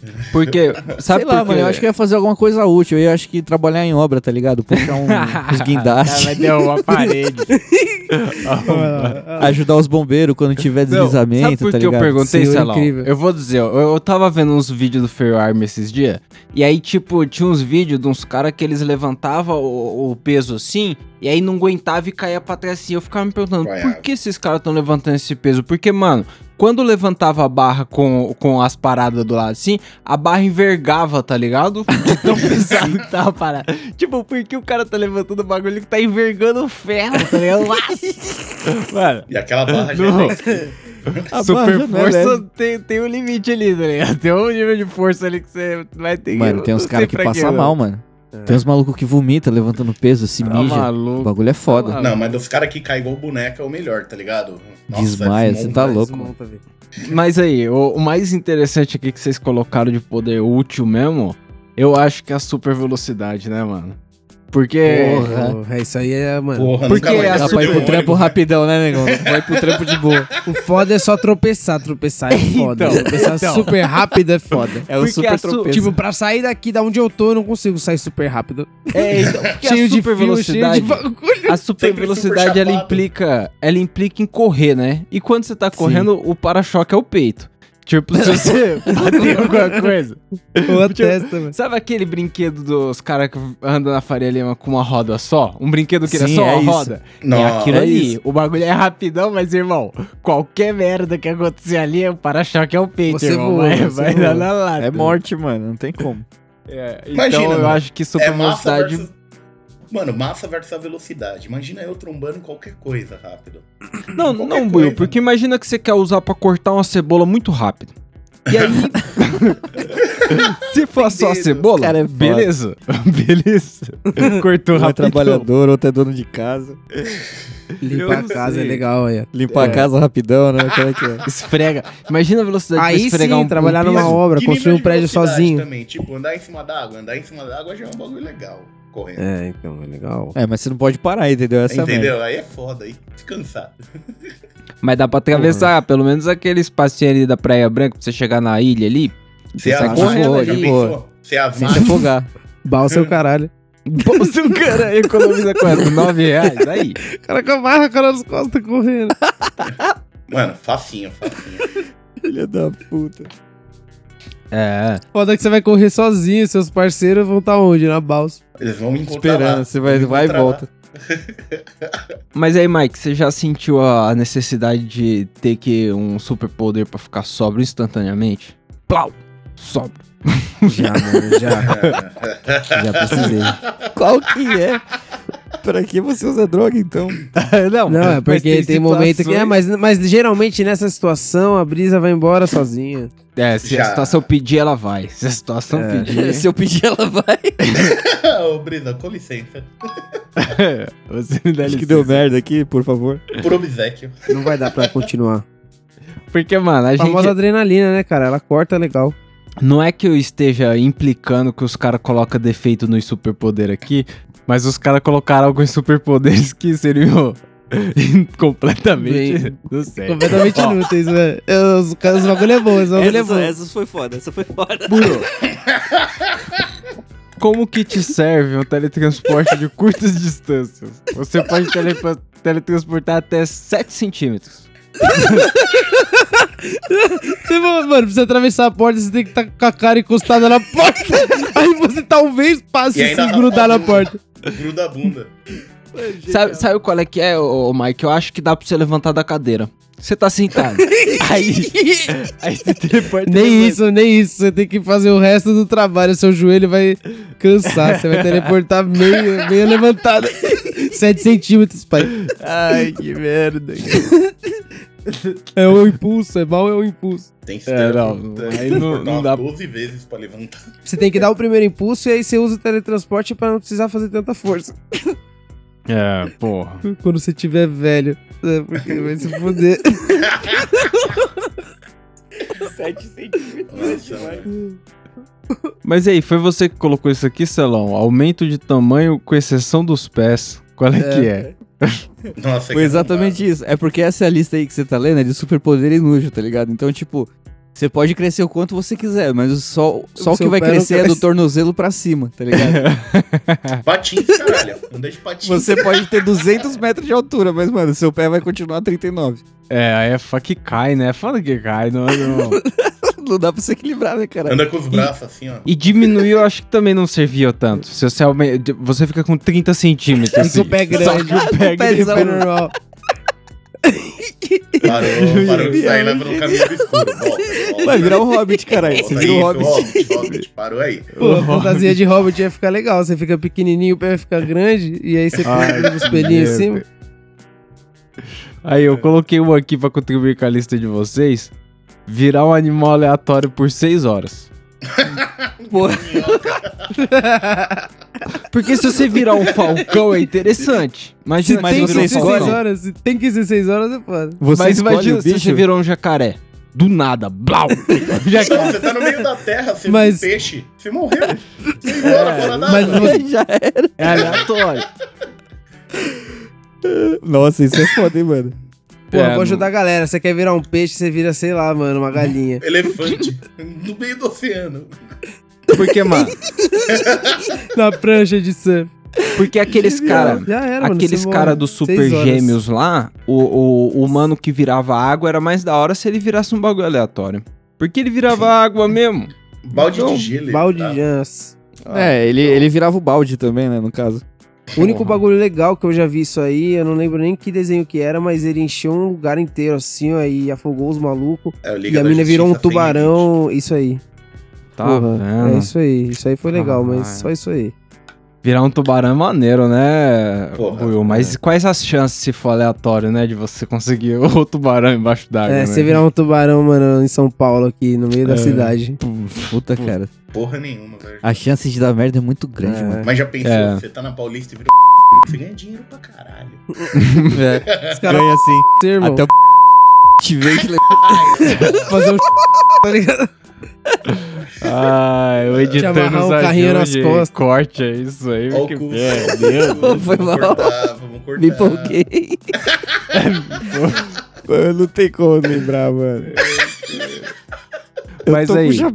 S1: Porque, sabe
S4: Sabe Sei lá,
S1: por quê?
S4: mano, eu acho que é eu ia fazer alguma coisa útil. Eu ia, acho que trabalhar em obra, tá ligado? Puxar um, uns
S1: Cara, vai
S4: guindastes,
S1: derrubar a parede.
S4: ajudar os bombeiros quando tiver
S1: Sabe
S4: deslizamento,
S1: por
S4: tá
S1: que eu
S4: ligado?
S1: perguntei,
S2: Senhor
S1: Celão?
S2: incrível.
S1: Eu vou dizer, ó, eu, eu tava vendo uns vídeos do Firearm esses dias, e aí, tipo, tinha uns vídeos de uns caras que eles levantavam o, o peso assim, e aí não aguentava e caía pra trás assim. Eu ficava me perguntando,
S3: Caiado.
S1: por que esses caras tão levantando esse peso? Porque, mano, quando levantava a barra com, com as paradas do lado assim, a barra envergava, tá ligado? De tão pesado que tava a parada. Tipo, por que o cara tá levantando o bagulho que tá envergando o ferro, tá ligado? mano...
S3: E aquela barra já é
S1: Não.
S3: tem.
S4: A
S1: Super
S4: barra não é
S1: força
S4: leve.
S1: tem, tem um limite ali, tá ligado? Tem um nível de força ali que você vai ter que.
S4: Mano, tem uns caras que passam mal, mano. Tem uns malucos que vomita levantando peso, se
S1: Tá
S4: mija. O
S1: maluco.
S4: bagulho é foda.
S1: maluco.
S3: Não, mas dos caras que caem igual boneca é o melhor, tá ligado? é
S4: Desmaia,
S3: desmonta.
S4: você tá louco. mano.
S2: Desmonta, velho.
S1: Mas aí, o, o mais interessante aqui que vocês colocaram de poder útil mesmo, eu acho que é a super velocidade, né, mano? Porque.
S4: Porra.
S2: Porra, isso aí é, mano.
S3: Porra,
S1: Porque
S3: nunca mais
S1: é
S3: vai
S1: a
S4: Dá
S3: perder
S4: pra ir
S3: o
S4: pro
S3: ônibus,
S4: trampo
S3: né?
S4: rapidão, né, negão? Vai pro trampo de boa.
S2: O foda é só tropeçar. Tropeçar é foda.
S1: Então,
S2: tropeçar
S1: então.
S2: super rápido é foda.
S4: É o
S1: Porque a
S4: super
S1: su-
S4: tropeço.
S2: Tipo, pra sair daqui da onde eu tô, eu não consigo sair super rápido.
S1: É, então, porque
S2: cheio
S1: a
S2: de
S1: super
S2: fio, cheio de
S1: velocidade.
S2: bagulho.
S1: A super
S3: Sempre
S1: velocidade
S3: super
S1: ela
S3: chapado.
S1: implica, ela implica em correr, né? E quando você tá correndo, o para-choque é o peito. Tipo, se você bater em alguma coisa,
S2: Ou a testa, mano.
S1: Sabe aquele brinquedo dos caras que andam na Faria Lima com uma roda só? Um brinquedo que era
S4: Sim,
S1: só
S4: é
S1: uma
S4: isso.
S1: roda?
S3: Não,
S1: é aquilo
S4: é
S1: ali.
S4: isso.
S1: O bagulho é rapidão, mas, irmão, qualquer merda que acontecer ali, o para-choque é o peito,
S2: Você
S1: irmão.
S2: voou,
S1: vai
S2: você
S1: vai
S2: voou.
S1: dar na lata.
S4: É morte, mano. Não tem como.
S1: É, então,
S3: Imagina,
S1: eu
S3: mano.
S1: acho que super
S3: É massa
S1: velocidade...
S3: versus... Mano, massa versus a velocidade. Imagina eu trombando qualquer coisa rápido.
S1: Não,
S3: qualquer
S1: não,
S3: coisa.
S1: Will, porque imagina que você quer usar pra cortar uma cebola muito rápido. E aí... Se for só a
S3: Entenderam.
S1: cebola,
S4: Cara, é foda.
S1: beleza. beleza. Cortou
S4: Um é
S1: rapidão.
S4: trabalhador, outro é dono de casa.
S2: Limpar
S1: não
S2: a casa
S1: sei.
S2: é legal, olha.
S4: Limpar a casa rapidão, né? Como é que é?
S1: Esfrega. Imagina a velocidade pra
S2: Aí sim,
S1: esfregar um um
S2: trabalhar numa
S1: piso.
S2: obra,
S3: Que
S2: construir
S3: nível
S2: um
S3: de
S2: prédio
S3: velocidade
S2: sozinho.
S3: Também. Tipo, andar em cima d'água. Andar em cima d'água já é um bagulho legal. Correndo.
S2: É, então, é legal.
S4: É, mas você não pode parar, entendeu? Essa é a merda.
S3: Entendeu? Aí é foda. Aí descansar.
S1: Mas dá pra atravessar pelo menos aquele espacinho ali da Praia Branca pra você chegar na ilha ali.
S3: Você
S1: sai
S3: avança,
S1: correndo
S3: já
S1: ali.
S3: pensou? Você
S4: Sem
S3: avança.
S4: se afogar.
S2: Balsa é o caralho.
S1: Pô, se o cara economiza quanto? 9 reais? Aí.
S2: Caraca, amarra a cara nas costas correndo.
S3: Mano, facinho, facinho.
S4: Filha da puta.
S1: É.
S2: Foda que você vai correr sozinho, seus parceiros vão estar onde? Na balsa.
S3: Eles vão me encontrar
S4: Esperando,
S3: lá.
S4: você vai, vai e
S3: encontrar lá.
S4: volta.
S1: Mas aí, Mike, você já sentiu a necessidade de ter que um superpoder pra ficar sóbrio instantaneamente? Plau! Sóbrio.
S2: Já, mano, já.
S4: Já precisei. Qual que é? Pra que você usa droga, então?
S1: não,
S2: Não, é porque tem, momento que. É,
S1: mas...
S2: mas, mas geralmente nessa situação a brisa vai embora sozinha.
S1: É, se a
S3: Já.
S1: situação pedir, ela vai. Se a situação
S2: É.
S1: pedir...
S4: Se eu pedir, ela vai.
S3: Ô, Brisa, com licença.
S1: É, você me dá
S4: Acho que
S1: licença.
S4: deu merda aqui, por favor.
S3: Por obsequio.
S2: Não vai dar pra continuar.
S1: Porque, mano, a
S2: A
S1: gente...
S2: famosa adrenalina, né, cara? Ela corta legal.
S1: Não é que eu esteja implicando que os caras colocam defeito nos superpoder aqui, mas os caras colocaram alguns superpoderes que seriam completamente. não
S2: É.
S1: sei.
S2: Completamente
S1: Ó,
S2: inúteis, velho. Eu- Os, caras- os bagulho é bom, os bagulho é bom.
S4: foi foda, essa foi foda.
S1: Bruno, é- Como que te serve um teletransporte de curtas distâncias? Você pode telepa- teletransportar até 7 centímetros.
S2: Você, mano, mano, pra você atravessar a porta, você tem que estar com a cara encostada na porta. Aí você talvez passe
S3: E
S2: e
S3: ainda
S2: se grudar na
S3: rola um-
S2: porta.
S3: Gruda a bunda.
S1: Sabe, sabe qual é que é, ô, ô, Mike? Eu acho que dá pra você levantar da cadeira. Você tá sentado. aí, aí você teleporta.
S2: Nem isso, nem isso. Você tem que fazer o resto do trabalho. Seu joelho vai cansar. Você vai teleportar meio, meio levantado. 7 centímetros, pai.
S1: Ai, que merda.
S2: É o impulso, é mal é o impulso.
S3: Tem que
S1: É,
S3: ter-
S1: não,
S3: tem que
S1: aí não-
S3: cortar
S1: não
S3: umas
S1: dá.
S3: 12 vezes pra levantar.
S2: Você tem que dar o primeiro impulso e aí você usa o teletransporte pra não precisar fazer tanta força.
S1: É, porra.
S2: Quando você tiver velho. É, Porque vai se fuder.
S4: 7 centímetros.
S3: Nossa, mano.
S1: Mas e aí, foi você que colocou isso aqui, Celão? Aumento de tamanho com exceção dos pés. Qual é, que é?
S3: Nossa,
S4: Foi
S3: que
S4: exatamente isso. É porque essa lista aí que você tá lendo é de superpoder inútil, tá ligado? Então, tipo, você pode crescer o quanto você quiser, mas só, só o que
S2: seu
S4: vai
S2: pé não
S4: crescer é do
S2: cresce.
S4: tornozelo pra cima, tá ligado?
S3: Patins, caralho. Não deixa patins.
S4: você pode ter 200 metros de altura, mas, mano, seu pé vai continuar 39.
S1: É, aí é fa que cai, né? Foda que cai, não, não.
S4: Não dá pra se equilibrar, né, cara?
S3: Anda com os braços assim, ó.
S1: E diminuir eu acho que também não servia tanto. Se você, aume- você fica com 30 centímetros. assim.
S2: Fica o pé grande.
S1: Só que o pé grande. é
S2: Pezão normal.
S3: Parou, parou. Isso aí leva no um caminho do escuro. Volta, volta.
S4: Vai virar um hobbit, caralho. Você
S3: Volta
S4: vira um
S3: isso,
S4: hobbit.
S3: Hobbit, Hobbit, Parou aí.
S2: Pô, a fantasia de hobbit ia ficar legal. Você fica pequenininho, o pé fica grande, e aí você
S1: Ai,
S2: põe os pelinhos em
S1: meu
S2: cima.
S1: Aí eu coloquei um aqui pra contribuir com a lista de vocês. Virar um animal aleatório por 6 horas.
S4: Pô,
S1: Porque se você virar um falcão é interessante. Imagina,
S4: Sim, mas
S1: você
S4: você
S1: virou um
S4: escolhe-
S1: falcão.
S2: 16 horas, se tem 16 horas, é foda.
S4: você
S1: mas
S4: escolhe
S1: imagina
S4: o
S1: se
S4: bicho.
S1: você virou um jacaré. Do nada, blau.
S3: Não,
S2: é
S1: jacaré.
S3: você tá no meio da terra, você
S2: Mas-
S3: Mas... peixe. Você morreu. Você ia embora fora da
S2: mas
S3: água.
S4: Já é.
S1: É aleatório.
S4: Nossa, isso é foda, hein, mano?
S2: Pô,
S1: É,
S2: vou
S1: não-
S2: ajudar a galera. Você quer virar um peixe, você vira, sei lá, mano, uma galinha.
S3: Elefante. No meio do oceano.
S1: Porque, mano,
S2: Na prancha de surf.
S1: porque aqueles caras...
S2: já era, um mano.
S1: Aqueles
S2: você
S1: cara
S2: morre.
S1: dos super
S2: Seis horas.
S1: gêmeos lá, o, o, o humano que virava água era mais da hora se ele virasse um bagulho aleatório. Porque ele virava água mesmo.
S3: Balde
S1: Então,
S3: de gelo. Ah,
S2: Balde
S3: tá?
S2: de Jans.
S4: É, ele, ele virava o balde também, né, no caso.
S2: O único
S1: Porra.
S2: bagulho legal que eu já vi isso aí, eu não lembro nem que desenho que era, mas ele encheu um lugar inteiro assim, ó, e afogou os malucos.
S3: É, o Liga
S2: E a
S3: da
S2: mina virou um
S3: Justiça sem limite.
S2: tubarão, isso aí.
S1: Tá
S2: Porra,
S1: vendo?
S2: É isso aí, isso aí foi legal, mas
S1: Caralho.
S2: só isso aí.
S1: Virar um tubarão é maneiro, né,
S3: Porra,
S1: Buiu? Mas quais as chances, se for aleatório, né, de você conseguir o tubarão embaixo d'água,
S2: É,
S1: né?
S2: você virar um tubarão, mano, em São Paulo aqui, no meio da cidade.
S4: Puta, cara.
S3: Porra nenhuma, velho.
S4: A chance de dar merda é muito grande,
S2: É.
S4: mano.
S3: Mas já pensou,
S1: É.
S3: você tá na Paulista e virou um você ganha dinheiro pra caralho.
S4: É.
S2: Os caras
S4: Ganha assim.
S2: vão irmão.
S4: Até o te vê e te leva.
S2: fazer um tá ligado?
S1: Ah, eu editando
S2: amarrar
S1: os
S2: um carrinho nas
S1: ajude,
S2: costas.
S1: corte, é isso aí.
S3: Ó o
S1: que-
S3: cu.
S1: é.
S4: Foi
S3: vamos
S4: mal.
S3: cortar, vamos cortar.
S4: Me empolguei. Eu não tem como lembrar, mano. Eu
S1: Mas
S4: tô
S1: aí-
S4: com chap-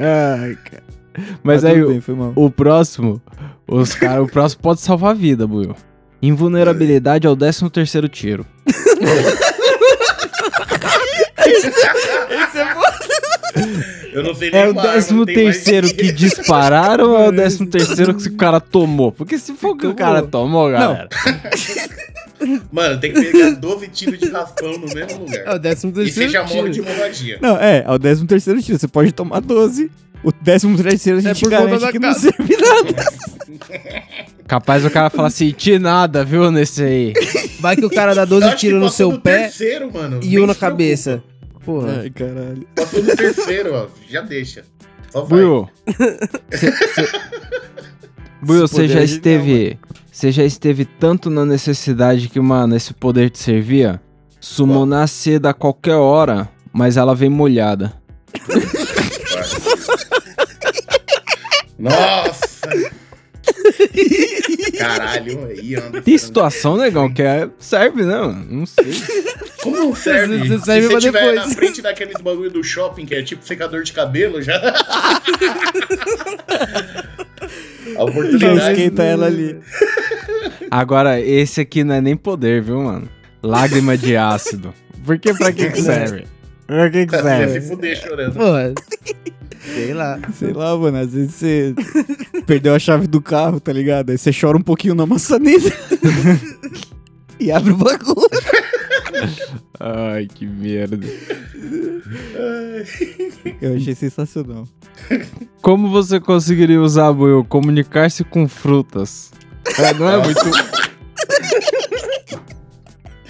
S1: Ai, cara.
S3: Tá
S1: Mas aí,
S4: tudo
S1: o-
S4: bem, foi mal.
S1: o próximo, os cara, o próximo pode salvar a vida, Buiu. Invulnerabilidade ao 13 terceiro tiro.
S3: Eu não sei nem
S1: É o
S3: qual arma,
S1: 13
S3: não tem mais
S1: terceiro
S3: ninguém.
S1: que dispararam ou é o 13 terceiro que o cara tomou? Porque se for que o cara tomou, galera...
S3: Mano, tem que pegar 12 tiros de raspão no mesmo
S2: É o
S3: lugar.
S2: décimo
S3: E você
S2: terceiro
S3: já morre de
S2: tiro.
S3: hemorragia.
S4: Não, é, ao 13 terceiro tiro, você pode tomar 12. O 13 terceiro a
S2: É
S4: gente
S2: por conta
S4: garante
S2: da
S4: que não
S2: casa.
S4: serve nada.
S1: Capaz o cara fala assim, de nada, viu, nesse aí.
S2: Vai que o cara dá
S3: Eu
S2: 12
S3: acho que
S2: tiros no
S3: passou
S2: seu
S3: do
S2: pé
S3: Terceiro, mano.
S2: e um na cabeça. Porra.
S4: caralho.
S3: Passou do terceiro, ó. Já deixa. Só vai.
S1: Buiu. Buiu,
S4: Esse
S1: você
S4: poder
S1: já
S4: é genial,
S1: esteve. Você já esteve tanto na necessidade que, mano, esse poder te servia? Sumonar seda a qualquer hora, mas ela vem molhada.
S3: Nossa! Caralho, aí, anda.
S1: Tem situação, negão, que é- serve, né, mano? Não sei.
S3: Como não serve?
S2: Você- você serve
S3: Se
S2: pra
S3: você tiver
S2: depois.
S3: na frente daqueles bagulho do shopping, que é tipo secador de cabelo, já. A
S4: Não
S3: oportunidade.
S4: esquenta ela ali.
S1: Agora, esse aqui não é nem poder, viu, mano? Lágrima de ácido. Porque pra que, que serve? Pra que, que
S3: Você ia
S1: serve?
S3: se fuder chorando.
S2: Porra. Sei lá.
S4: Sei lá, mano, às vezes você perdeu a chave do carro, tá ligado? Aí você chora um pouquinho na maçaneta e abre o bagulho.
S1: Ai, que merda.
S4: Eu achei sensacional.
S1: Como você conseguiria usar, Buiu, comunicar-se com frutas? É, não é muito.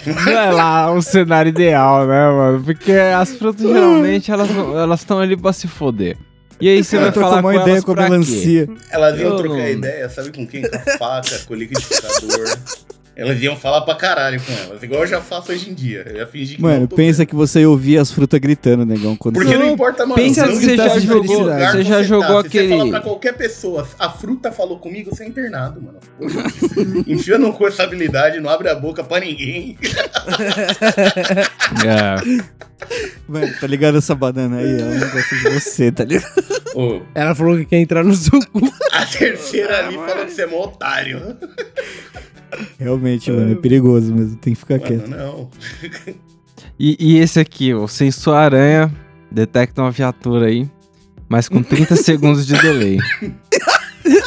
S1: Não é lá o cenário ideal, né, mano? Porque as frutas geralmente elas estão ali pra se foder. E aí você vai falar com
S4: ideia
S1: elas
S4: com a
S1: pra quê?
S4: melancia.
S3: Elas iam
S1: Eu
S3: trocar
S1: não-
S3: ideia, sabe com quem? Com a faca, com o liquidificador. Elas iam falar pra caralho com elas, igual eu já faço hoje em dia. Eu ia fingir que
S4: Mano,
S3: não tô
S4: pensa que você ouvia as frutas gritando, negão. Quando
S3: Porque não,
S1: Não,
S3: importa, mano.
S1: pensa
S3: não
S1: se você
S3: importa
S1: já
S3: em
S1: jogou-
S3: que lugar
S1: você já jogou
S3: tá. Se
S1: aquele-
S3: você falar pra qualquer pessoa, a fruta falou comigo, você é internado, mano. Enfia no cu essa habilidade, não abre a boca pra ninguém.
S1: É.
S4: Mano, tá ligado essa banana aí? Ela não gosta de você, tá ligado?
S3: Ô,
S2: Ela falou que quer entrar no seu cu.
S3: a terceira ali falou que você é mó otário.
S4: Realmente, mano, é perigoso mesmo. Tem que ficar
S3: Mano,
S4: quieto.
S3: não.
S1: E, e esse aqui, o sensor aranha detecta uma viatura aí, mas com 30 segundos de delay.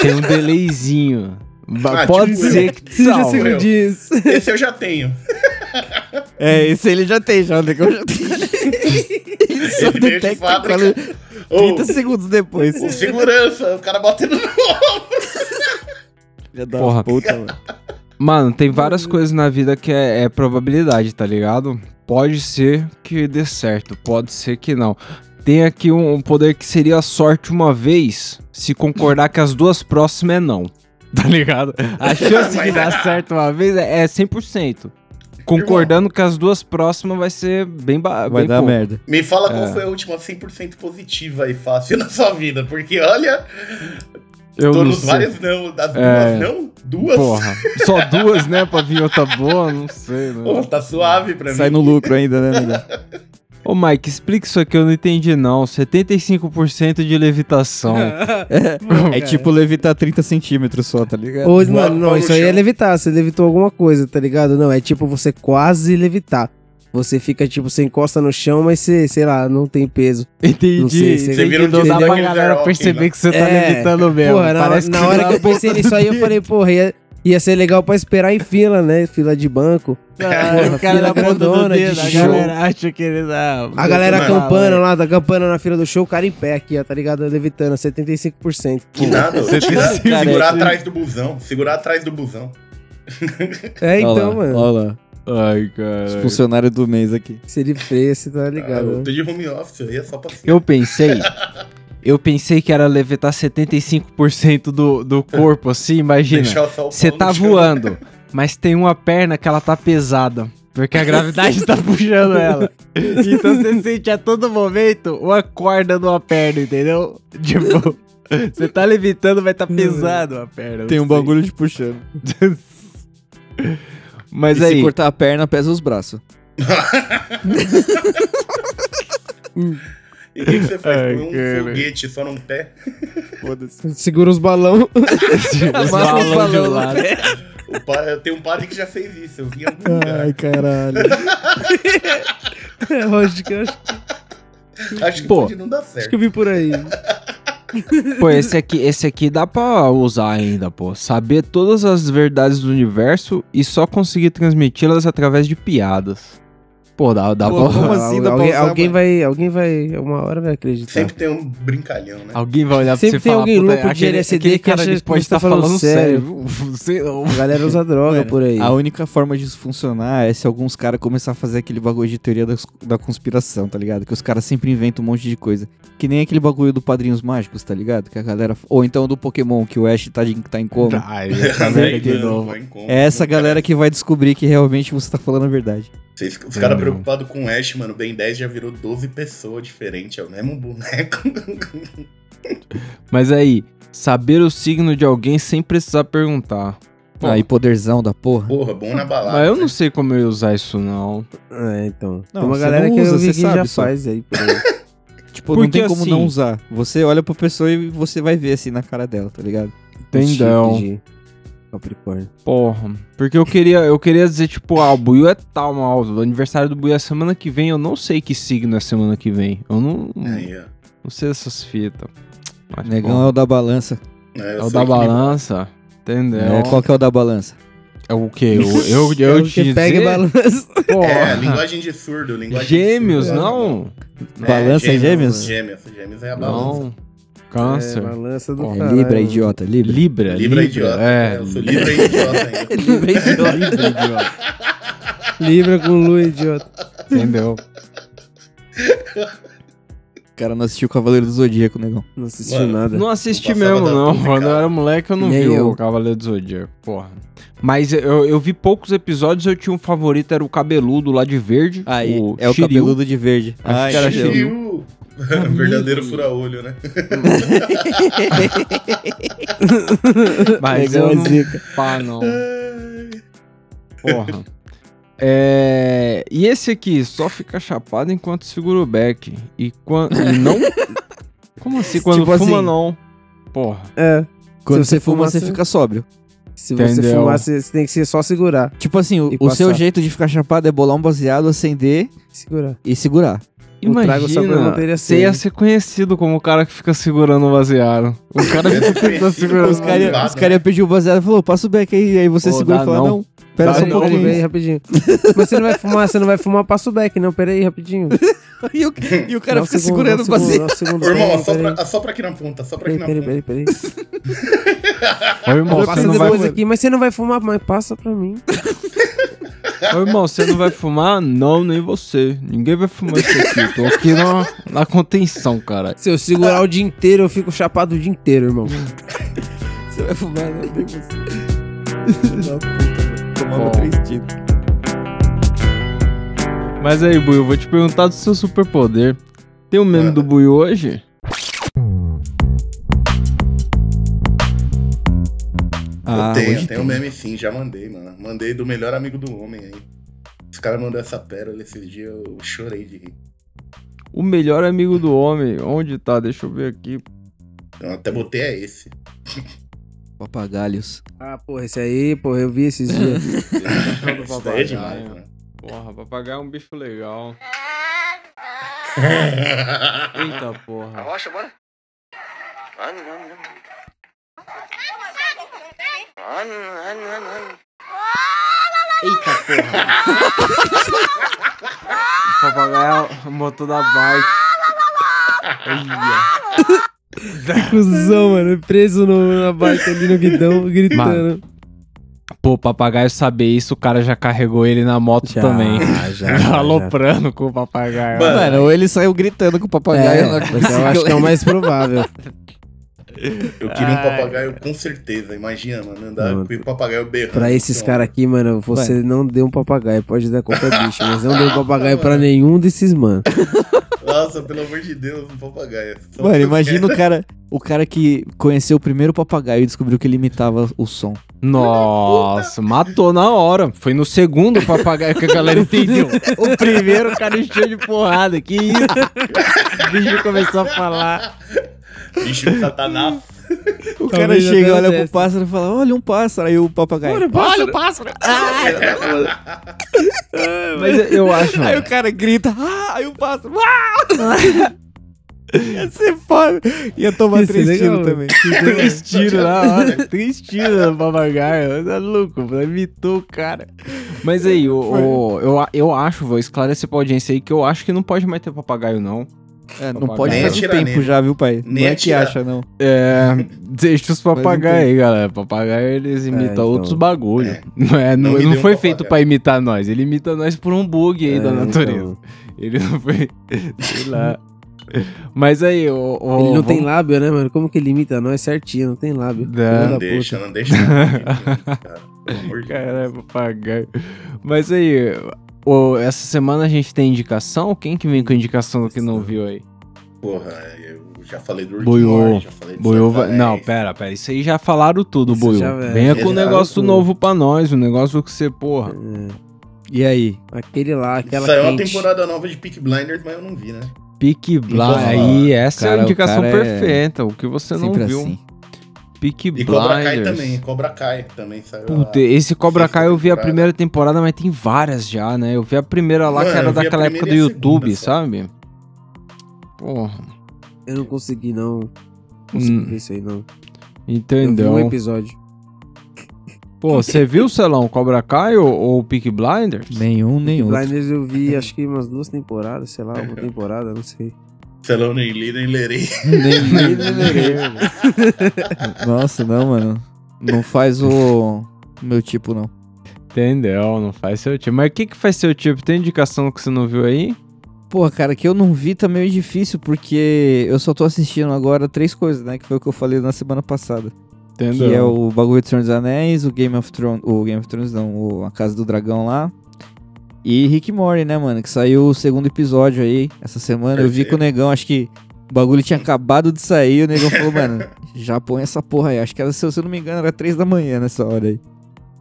S1: Tem um delayzinho. Ba-
S3: Ah,
S1: Pode
S3: tipo
S1: ser que te
S2: Seja
S1: salve.
S3: eu.
S2: segundinhos.
S3: Esse eu já tenho.
S4: É, esse ele já tem, já. O negão já tem. ele só
S3: Ele veio de
S4: detecta
S3: fábrica.
S4: quando-
S3: Ô,
S4: 30 segundos depois.
S3: o segurança, o cara batendo no
S4: Já dá
S1: Porra.
S4: uma puta, mano.
S1: Mano, tem várias
S3: Uhum.
S1: coisas na vida que é, é probabilidade, tá ligado? Pode ser que dê certo, pode ser que não. Tem aqui um, um poder que seria a sorte uma vez, se concordar que as duas próximas é não. Tá ligado? A chance de dar certo uma vez é, é 100%. Concordando que as duas próximas vai ser bem ba-
S4: Vai
S1: bem
S4: dar
S1: pouco.
S4: merda.
S3: Me fala
S1: É.
S3: qual foi a última 100% positiva e fácil na sua vida, porque olha,
S1: Eu
S3: tô
S1: não
S3: nos
S1: sei.
S3: vários não, das duas
S1: É.
S3: não? Duas?
S1: Porra, só duas, né? Pra vir outra boa, não sei, né?
S3: Pô, tá suave pra
S4: Sai
S3: mim.
S4: no lucro ainda, né, negão?
S1: Ô Mike, explica isso aqui, eu não entendi não. 75% de levitação.
S4: É tipo levitar 30 centímetros só, tá ligado?
S2: Hoje,
S3: Voar
S2: mano, não,
S3: para o
S2: isso aí é
S3: chão.
S2: levitar. Você levitou alguma coisa, tá ligado? Não, é tipo você quase levitar. Você fica, tipo, você encosta no chão, mas você, sei lá, não tem peso.
S1: Entendi.
S2: Não sei, sei
S1: Tem
S3: lá.
S1: que não
S3: Você
S1: dá
S3: vira
S1: pra
S3: um
S1: galera
S3: Kinder
S1: perceber
S3: Rock,
S1: que você tá
S2: É.
S1: levitando mesmo.
S2: Porra, na,
S1: Parece
S2: na
S1: que
S2: hora que eu pensei nisso aí, eu falei, porra, ia, ia ser legal pra esperar em fila, né? Fila de banco.
S1: Ah,
S2: Porra,
S1: o cara
S2: fila
S1: na ponta do
S2: grandona, de
S1: dedo, a
S2: show.
S1: galera acha que ele dá...
S2: A galera
S3: Mano.
S2: acampando lá, tá acampando na fila do show, o cara em pé aqui, ó, tá ligado? Levitando, 75%.
S3: Que nada,
S4: Você
S3: que
S4: tem
S3: nada.
S4: esse cara
S3: segurar
S4: aí.
S3: atrás do busão, segurar atrás do busão.
S2: É,
S4: Olha
S2: então,
S4: lá,
S2: mano.
S4: Olha lá.
S1: Ai,
S4: Os
S1: cara.
S4: funcionários do mês aqui.
S2: Se ele fez, você tá
S3: Ah, eu
S2: ligado.
S3: tô de home office, eu ia só pra cima.
S1: Eu pensei... Eu pensei que era levitar 75% do, do corpo, assim, imagina.
S3: Deixar o São
S1: Você
S3: Paulo
S1: tá
S3: no chão.
S1: voando, mas tem uma perna que ela tá pesada. Porque a gravidade tá puxando ela. Então você sente a todo momento uma corda numa perna, entendeu? Tipo, você tá levitando, mas tá pesado a perna.
S4: Tem um
S1: não sei.
S4: bagulho de puxando.
S1: Mas
S5: e
S1: aí,
S5: se cortar a perna, pesa os braços.
S3: E o que que você faz?
S1: Ai,
S3: Põe um
S1: cara.
S3: foguete só num pé?
S4: Foda-se.
S2: Segura os balão.
S1: os
S5: Amassa os
S1: balão de
S5: balão no
S1: lado.
S3: O pa- Eu tenho um padre que já fez isso, eu vi em
S2: Ah.
S3: algum lugar.
S4: Ai, caralho.
S2: É, acho que, acho
S3: Acho que
S1: Pô.
S3: pode não dar
S2: acho que
S3: certo.
S2: eu vi por aí.
S1: Pô, esse aqui, esse aqui dá pra usar ainda, pô. Saber todas as verdades do universo e só conseguir transmiti-las através de piadas. Pô, dá, dá
S4: Pô,
S1: pra...
S4: como assim dá pra
S2: alguém,
S4: usar,
S2: alguém
S4: mano?
S2: vai, alguém vai, uma hora vai acreditar.
S3: Sempre tem um brincalhão,
S4: Ah,
S3: né?
S1: Alguém vai olhar pra você e
S2: Sempre tem
S1: falar,
S2: alguém
S1: "Puta,
S2: louco de
S1: aquele-
S2: LSD
S1: aquele
S2: que acha que
S1: pode
S2: você tá
S1: tá falando,
S2: falando
S1: sério.
S2: sério.
S1: viu? Sei lá.
S2: A galera usa droga
S4: Mano,
S2: por aí.
S4: A única forma disso funcionar é se alguns caras começar a fazer aquele bagulho de teoria das- da conspiração, tá ligado? Que os caras sempre inventam um monte de coisa. Que nem aquele bagulho do Padrinhos Mágicos, tá ligado? Que a galera. Ou então do Pokémon, que o Ash tá, de- tá em coma.
S1: Ai,
S4: Sempre de
S3: Não, não
S1: novo.
S3: vai em conta.
S4: É essa galera que vai descobrir que realmente você tá falando a verdade.
S3: Vocês- Os
S1: Não.
S3: caras preocupados com o Ash, mano, o Ben 10 já virou 12 pessoas diferentes, é o mesmo boneco.
S1: Mas aí, saber o signo de alguém sem precisar perguntar. Pô,
S4: Aí, poderzão da porra.
S3: Porra, bom na balada.
S1: mas eu não sei como eu ia usar isso, não.
S2: É, então. Tem
S4: Não,
S2: uma
S4: você
S2: galera
S4: não
S2: que eu
S4: usa,
S2: vi
S4: você
S2: que
S4: sabe
S2: já
S4: só.
S2: faz aí. por aí.
S4: Tipo, não
S1: Porque
S4: tem como
S1: assim-
S4: não usar. Você olha pra pessoa e você vai ver assim na cara dela, tá ligado?
S1: Entendão.
S2: Chip de Capricórnio.
S1: Porra. Porque eu queria, eu queria dizer, tipo, ah, o Buiu é tal, mal. O aniversário do Buiu é semana que vem. Eu não sei que signo é semana que vem. Eu não,
S3: Aí, ó. É,
S1: não sei essas fitas. Mas,
S4: Negão
S1: bom,
S4: é o da balança.
S3: É,
S1: é,
S3: eu
S1: o
S3: sou
S1: da
S3: equilibrado.
S1: balança. Entendeu?
S4: É, qual que é o da balança?
S1: É o quê? Eu, eu, eu,
S2: É o
S1: te
S2: que pega e
S1: dizer?
S2: balança.
S1: Porra.
S3: É, linguagem de surdo, linguagem
S1: Gêmeos,
S3: de surdo.
S1: não?
S3: É,
S4: Balança é gêmeos?
S3: Gêmeos, gêmeos é a balança.
S1: Não.
S2: É,
S1: Câncer.
S2: balança do
S1: Pô,
S4: É
S2: caralho.
S4: Libra, idiota, Libra.
S1: Libra,
S3: Libra é idiota.
S1: É,
S3: É, eu sou Libra é idiota ainda.
S5: Libra
S1: Libra, idiota.
S2: Libra com lua, idiota.
S1: Entendeu?
S4: Cara, não assistiu Cavaleiro do Zodíaco, negão.
S2: Não assistiu
S3: Mano,
S2: nada.
S1: Não assisti
S3: Não passava
S1: mesmo,
S3: da
S1: não.
S3: Tuca,
S1: Quando eu
S3: cara.
S1: era moleque, eu não
S2: Nem
S1: vi
S2: eu.
S1: o Cavaleiro do Zodíaco, porra. Mas eu, eu vi poucos episódios, eu tinha um favorito, era o cabeludo lá de verde.
S4: Aí,
S1: o
S4: é o
S1: Shiryu.
S4: cabeludo de verde.
S1: Acho que era
S4: entendeu.
S1: Shiryu.
S3: Shiryu. Verdadeiro fura-olho, né?
S1: Mas
S2: Negão
S1: eu
S2: é
S1: não...
S2: zica.
S1: Pá, não. Porra. É... E esse aqui, só fica chapado enquanto segura o beck. E quando... Não... Como assim? Quando
S2: Tipo
S1: fuma,
S2: assim.
S1: não. Porra.
S2: É.
S4: Quando
S2: Se você
S4: você fuma,
S2: fuma,
S4: você
S2: você-
S4: fica sóbrio.
S2: Se você
S1: Entendeu.
S2: fumar, você você tem que ser só segurar.
S4: Tipo assim, o,
S2: E
S4: o seu
S2: passar.
S4: jeito de ficar chapado é bolar um baseado, acender
S1: Tá
S2: Segurar.
S4: e segurar.
S2: O trago só quando
S1: Imagina,
S2: manteria
S1: você ia
S2: sede.
S1: ser conhecido como o cara que fica segurando o baseado. O cara fica tentando segurar
S4: Os
S1: o
S4: caras
S3: Lado,
S4: os cara
S1: né?
S4: iam pedir o baseado e falou, passa o beck aí. Aí você
S1: Pô,
S4: segura
S1: dá
S4: e fala,
S1: não.
S4: não, pera
S1: Dá
S4: só um
S2: Peraí,
S1: não,
S4: pouquinho.
S2: peraí, rapidinho. Mas você não vai fumar, você não vai fumar, passa o beck, não. Pera aí, rapidinho.
S4: E o, e o cara
S2: Dá um
S4: fica
S2: segundo,
S4: segurando o
S2: dá um segundo,
S4: baseado.
S2: dá um segundo,
S3: Ô, irmão,
S2: peraí,
S3: assopra,
S2: peraí.
S3: assopra aqui na ponta, assopra aqui
S2: Peraí,
S3: na
S2: peraí,
S3: ponta.
S2: peraí, peraí.
S1: Ô, irmão,
S2: Eu
S1: você
S2: preciso
S1: não vai
S2: depois aqui, mas você não vai fumar, mas passa pra mim.
S1: Ô, irmão, você não vai fumar? Não, nem você. Ninguém vai fumar isso aqui. Tô aqui na, na contenção, cara.
S2: Se eu segurar o dia inteiro, eu fico chapado o dia inteiro, irmão.
S4: Você vai fumar, não tem você.
S1: Bom. Mas aí, Buiu, vou te perguntar do seu superpoder. Tem o meme do Buiu hoje?
S4: Ah,
S3: eu tenho,
S4: hoje
S3: tenho um meme sim, já mandei, mano. Mandei do melhor amigo do homem aí. Os caras mandaram essa pérola esses dias, eu chorei de rir.
S1: O melhor amigo do homem. Onde tá? Deixa eu ver aqui.
S3: Eu até botei é esse.
S4: Papagalhos.
S2: Ah, porra, esse aí, porra, eu vi esses dias.
S3: Isso daí é demais, mano.
S1: Porra, papagaio é um bicho legal. Eita porra.
S6: Rocha, bora. Ano, ano, ano. Ano, ano, ano, ano.
S1: Eita porra. o papagaio é o motor da bike. Olha.
S2: Cusão, mano, preso no- na bike ali no guidão, gritando.
S1: Pô, papagaio saber isso, o cara já carregou ele na moto
S2: Já,
S1: também.
S2: já, já.
S1: Aloprando com o papagaio.
S3: Mano,
S4: Mano, ou ele saiu gritando com o papagaio.
S2: É,
S4: na-
S2: mas eu acho que é o mais provável.
S3: Eu queria um papagaio com certeza, imagina, mano. Andar
S2: Mano,
S3: com um papagaio berrando.
S2: Pra esses
S3: assim, ó.
S2: caras aqui, mano, você não deu um papagaio. Pode dar qualquer bicho, mas não deu um papagaio pra nenhum desses, mano.
S3: Nossa, pelo amor de Deus, um papagaio. Só
S4: Mano,
S3: porque eu
S4: imagina o cara, o cara que conheceu o primeiro papagaio e descobriu que ele imitava o som.
S1: Nossa, matou na hora. Foi no segundo papagaio que a galera entendeu. O primeiro o cara encheu de porrada. Que isso? O bicho começou a falar.
S3: quero. Bicho tá, de satanás.
S4: O
S2: Talvez
S4: cara chega,
S2: até
S4: olha
S2: dessa.
S4: pro pássaro e fala: Olha um pássaro. Aí o papagaio. Olha, o pássaro.
S1: Mas eu acho. né?
S4: Aí o cara grita: Ah, aí o pássaro. Ah! Ia ser foda. Ia tomar
S2: Ia ser
S4: três
S2: legal,
S4: tiros também.
S1: Três tiros na hora. Três tiros no papagaio. Você é louco, mano, imitou o cara. Mas aí, o, o- eu, a- eu acho, vou esclarecer pra audiência aí que eu acho que não pode mais ter papagaio, não.
S4: É, não
S1: Papagaio.
S4: pode
S1: Nem
S4: fazer
S3: atirar
S4: tempo
S3: nele.
S4: já, viu, pai?
S3: Nem
S4: não é que
S3: atirar.
S4: acha, não.
S1: É. Deixa os papagaios aí, galera. Papagaio eles imitam
S2: então.
S1: outros bagulho.
S3: É.
S1: Não, é, não,
S3: Não me
S1: ele não
S3: deu um
S1: foi feito
S3: papagaio.
S1: pra imitar nós. Ele imita nós por um bug aí da
S2: É,
S1: natureza.
S2: então.
S1: Ele não foi. Sei lá. Mas aí, o. o-
S2: Ele não
S1: vamos-
S2: tem lábio, né, mano? Como que ele imita nós certinho? Não tem lábio.
S1: Não.
S3: Não
S2: Filho da
S3: deixa, não deixa. Cara, pelo amor de Deus.
S1: Caralho, papagaio. Mas aí, o- essa semana a gente tem indicação? Quem que vem com indicação que não viu aí?
S3: Porra, eu já falei do
S1: Boiô.
S3: Urquimor, já falei do
S1: Boiô vai.
S3: Satanás.
S1: Não, pera, pera. Isso aí já falaram tudo,
S2: Isso
S1: Boiô.
S2: já é-
S1: Venha com um
S3: já
S1: negócio
S2: tudo.
S1: novo pra nós, um negócio que você, porra.
S4: E aí?
S2: Aquele lá, aquela
S3: Saiu uma
S2: quente.
S3: temporada nova de Peak Blinders, mas eu não vi, né?
S1: Pique Blind.
S3: Porra,
S1: Aí, essa é
S4: cara,
S1: a
S4: o
S1: indicação
S4: cara é
S1: perfeita. O que você não
S4: Sempre
S1: viu. um?
S4: assim.
S1: Pique
S3: E
S1: Blinders.
S3: Cobra Kai também, Cobra Kai também saiu.
S1: Puta,
S3: a-
S1: esse Cobra Kai eu vi a
S3: temporada.
S1: primeira temporada, mas tem várias já, né? Eu vi a primeira lá que
S3: Mano,
S1: era
S3: eu vi a
S1: daquela época do
S3: primeira e a
S1: YouTube,
S3: segunda só.
S1: sabe? Porra,
S2: Eu não consegui, não. Não Consegui
S1: Hum,
S2: ver isso aí, não. Eu vi um
S1: entendeu?
S2: episódio.
S1: Pô, você viu, Celão, Cobra Kai ou, ou Peak Blinders?
S4: Nenhum, nenhum.
S2: Blinders eu vi, acho que umas duas temporadas, sei lá, uma
S3: É.
S2: temporada, não sei.
S3: Celão nem li, nem lerei.
S4: Nossa, não, mano. Não faz o meu tipo, não.
S1: Entendeu, não faz seu tipo. Mas o que que faz seu tipo? Tem indicação que você não viu aí?
S4: Pô, cara, que eu não vi tá meio difícil, porque eu só tô assistindo agora três coisas, né? Que foi o que eu falei na semana passada.
S1: Entendeu?
S4: Que é o bagulho de Senhor dos Anéis, o Game of Thrones, o Game of Thrones não, o A Casa do Dragão lá. E Rick Mori, né, mano, que saiu o segundo episódio aí essa semana. Eu vi com o Negão, acho que o bagulho tinha acabado de sair, o Negão falou, mano, já põe essa porra aí. Acho que era, se eu se eu não me engano, era três da manhã nessa hora aí.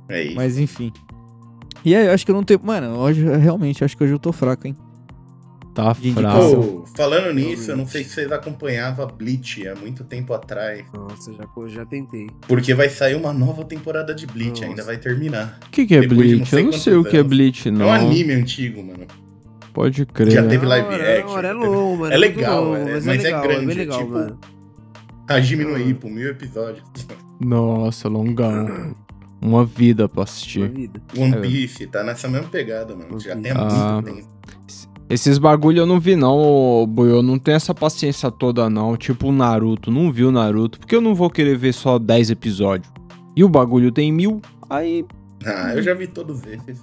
S3: É isso.
S4: Mas enfim. E aí, eu acho que eu não tenho, mano, hoje eu realmente acho que hoje eu tô fraco, hein.
S1: Tá
S4: Gente,
S1: fraco.
S3: Pô, falando nisso, eu não sei se vocês acompanhavam Bleach há muito tempo atrás.
S2: Nossa, já, co- já tentei.
S3: Porque vai sair uma nova temporada de Bleach,
S2: Nossa.
S3: ainda vai terminar.
S1: O que, que é
S3: Depois de não
S1: Bleach?
S3: sei
S1: Eu não
S3: quantos
S1: sei o que é
S3: anos.
S1: Bleach,
S3: É
S1: não.
S3: um anime antigo, mano.
S1: Pode
S3: Já
S1: crer. né?
S3: teve live
S2: Não,
S3: action,
S2: não, era
S3: teve-
S2: longo, mano.
S3: É
S2: muito
S3: legal,
S2: longo,
S3: é, mas
S2: mas,
S3: é
S2: é legal,
S3: grande,
S2: é bem legal,
S3: tipo,
S2: mano.
S3: Hajime no
S2: Ah.
S3: Ippo, Tá mil episódios.
S1: Nossa, longão. Uma vida pra
S2: Uma
S1: assistir.
S2: vida.
S3: One
S1: É.
S3: Piece, tá nessa mesma pegada, mano. Já tem há
S1: Ah.
S3: muito tempo.
S1: Esses bagulho eu não vi, não, ô, Boi. Eu não tenho essa paciência toda, não. Tipo o Naruto. Não vi o Naruto. Porque eu não vou querer ver só 10 episódios. E o bagulho tem mil. Aí,
S3: Ah, eu já vi todos esses.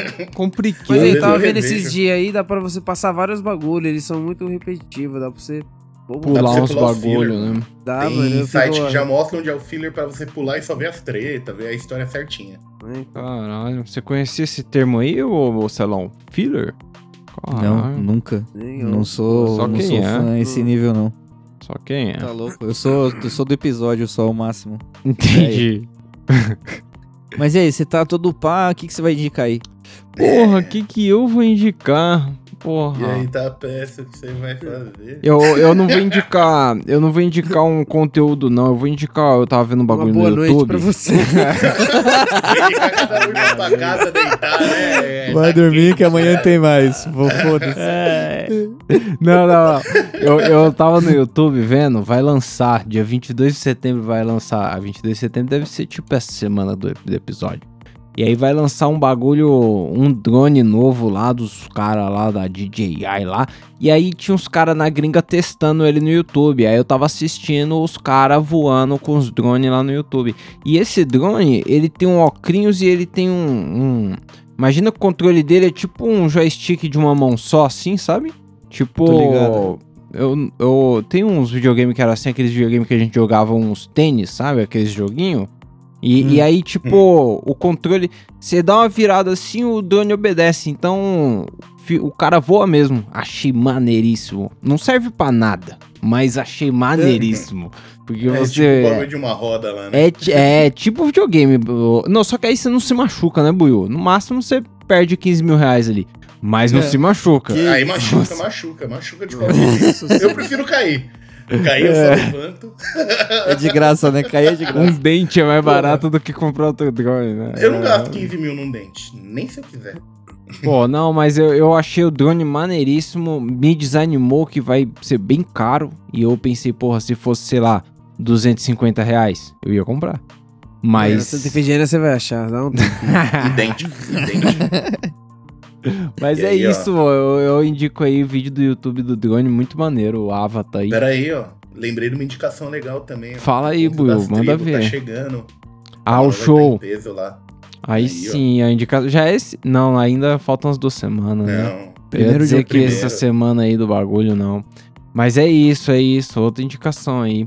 S2: Mas aí,
S4: é
S1: compliquei.
S2: eu tava
S3: Eu
S2: vendo
S3: revejo.
S2: esses dias aí, dá pra você passar vários bagulhos, eles são muito repetitivos, dá pra você. Pô,
S3: Dá
S1: Pular
S3: pra
S1: uns
S3: você pular os
S1: bagulho,
S3: filler,
S1: né?
S2: Dá,
S3: tem
S2: Ah, mano. Eu
S3: site
S2: fico,
S3: que já mostra onde é o filler pra você pular e só ver as tretas, ver a história certinha.
S2: né?
S1: Caralho, você conhecia esse termo aí, ô, ô Celão? Filler?
S4: Não,
S1: Caralho,
S4: nunca.
S2: Nem eu.
S4: Não sou,
S1: Ah. Só
S4: não
S1: quem
S4: sou
S1: é?
S4: fã a esse nível, não.
S1: Só quem é?
S4: Tá louco. Eu sou, eu sou do episódio só, o máximo.
S1: Entendi.
S4: Mas e aí, você tá todo pá, o que, que você vai indicar aí?
S1: Porra, o que que eu vou indicar? Porra.
S3: E aí tá a peça que você vai fazer.
S1: Eu, eu não vou indicar, eu não vou indicar um conteúdo não, eu vou indicar, eu tava vendo um
S2: Uma
S1: bagulho
S2: boa
S1: no
S2: noite
S1: YouTube.
S2: pra você.
S3: Fica cada um na sua casa deitar, né?
S4: Vai dormir que amanhã tem mais. Vou foda-se.
S1: É. Não, não, não. Eu, eu tava no YouTube vendo, vai lançar, dia 22 de setembro vai lançar. Ah, 22 de setembro deve ser tipo essa semana do, ep- do episódio. E aí vai lançar um bagulho, um drone novo lá dos caras lá da DJI lá. E aí tinha uns caras na gringa testando ele no YouTube. Aí eu tava assistindo os caras voando com os drones lá no YouTube. E esse drone, ele tem um ocrinhos e ele tem um... um- Imagina que o controle dele é tipo um joystick de uma mão só assim, sabe? Tipo.
S4: Tô ligado.
S1: Eu, eu tenho uns videogames que era assim, aqueles videogames que a gente jogava uns tênis, sabe? Aqueles joguinho. E,
S4: Hum.
S1: e aí, tipo, o controle. Você dá uma virada assim, o drone obedece. Então, fi- o cara voa mesmo. Achei maneiríssimo. Não serve pra nada, mas achei maneiríssimo. Porque
S3: É tipo
S1: você.
S3: o bagulho de uma roda lá, né?
S1: É, ti- é tipo videogame. bu- Não, só que aí você não se machuca, né, Buiu? No máximo você perde 15 mil reais ali. Mas não
S4: É.
S1: se machuca.
S3: Aí machuca, machuca, machuca de qualquer jeito. Eu prefiro cair. Cair eu só levanto.
S4: É de graça, né? Cair é de graça.
S1: Um dente é mais barato do que comprar outro drone, né?
S3: Eu não
S1: É.
S3: gasto 15 mil num dente, nem se eu quiser.
S1: Pô, não, mas eu, eu achei o drone maneiríssimo, me desanimou que vai ser bem caro. E eu pensei, porra, se fosse, sei lá, 250 reais, eu ia comprar.
S2: Na
S3: É,
S1: Mas.
S2: Santa Efigênia você vai achar, dá um tempo.
S3: Idêntico, idêntico.
S1: Mas
S3: E
S1: é
S3: aí, ó.
S1: isso, ó, eu, eu indico aí o vídeo do YouTube do drone, muito maneiro, o Avatar aí.
S3: Pera aí, ó. Lembrei de uma indicação legal também. ó.
S1: Fala aí,
S3: Encontro
S1: Buiu,
S3: das
S1: manda
S3: Tribos Tá
S1: ver.
S3: chegando.
S1: Ah,
S3: Ela
S1: o
S3: vai
S1: show.
S3: tá em peso lá.
S1: Aí,
S3: Aí, ó.
S1: sim, a indicação. Já é esse. Não, ainda faltam umas duas semanas, né?
S3: Não.
S1: Primeiro eu
S4: Primeiro
S1: ia dizer
S4: dia
S1: que
S3: primeiro.
S1: essa semana aí do bagulho, não. Mas é isso, é isso. Outra indicação aí.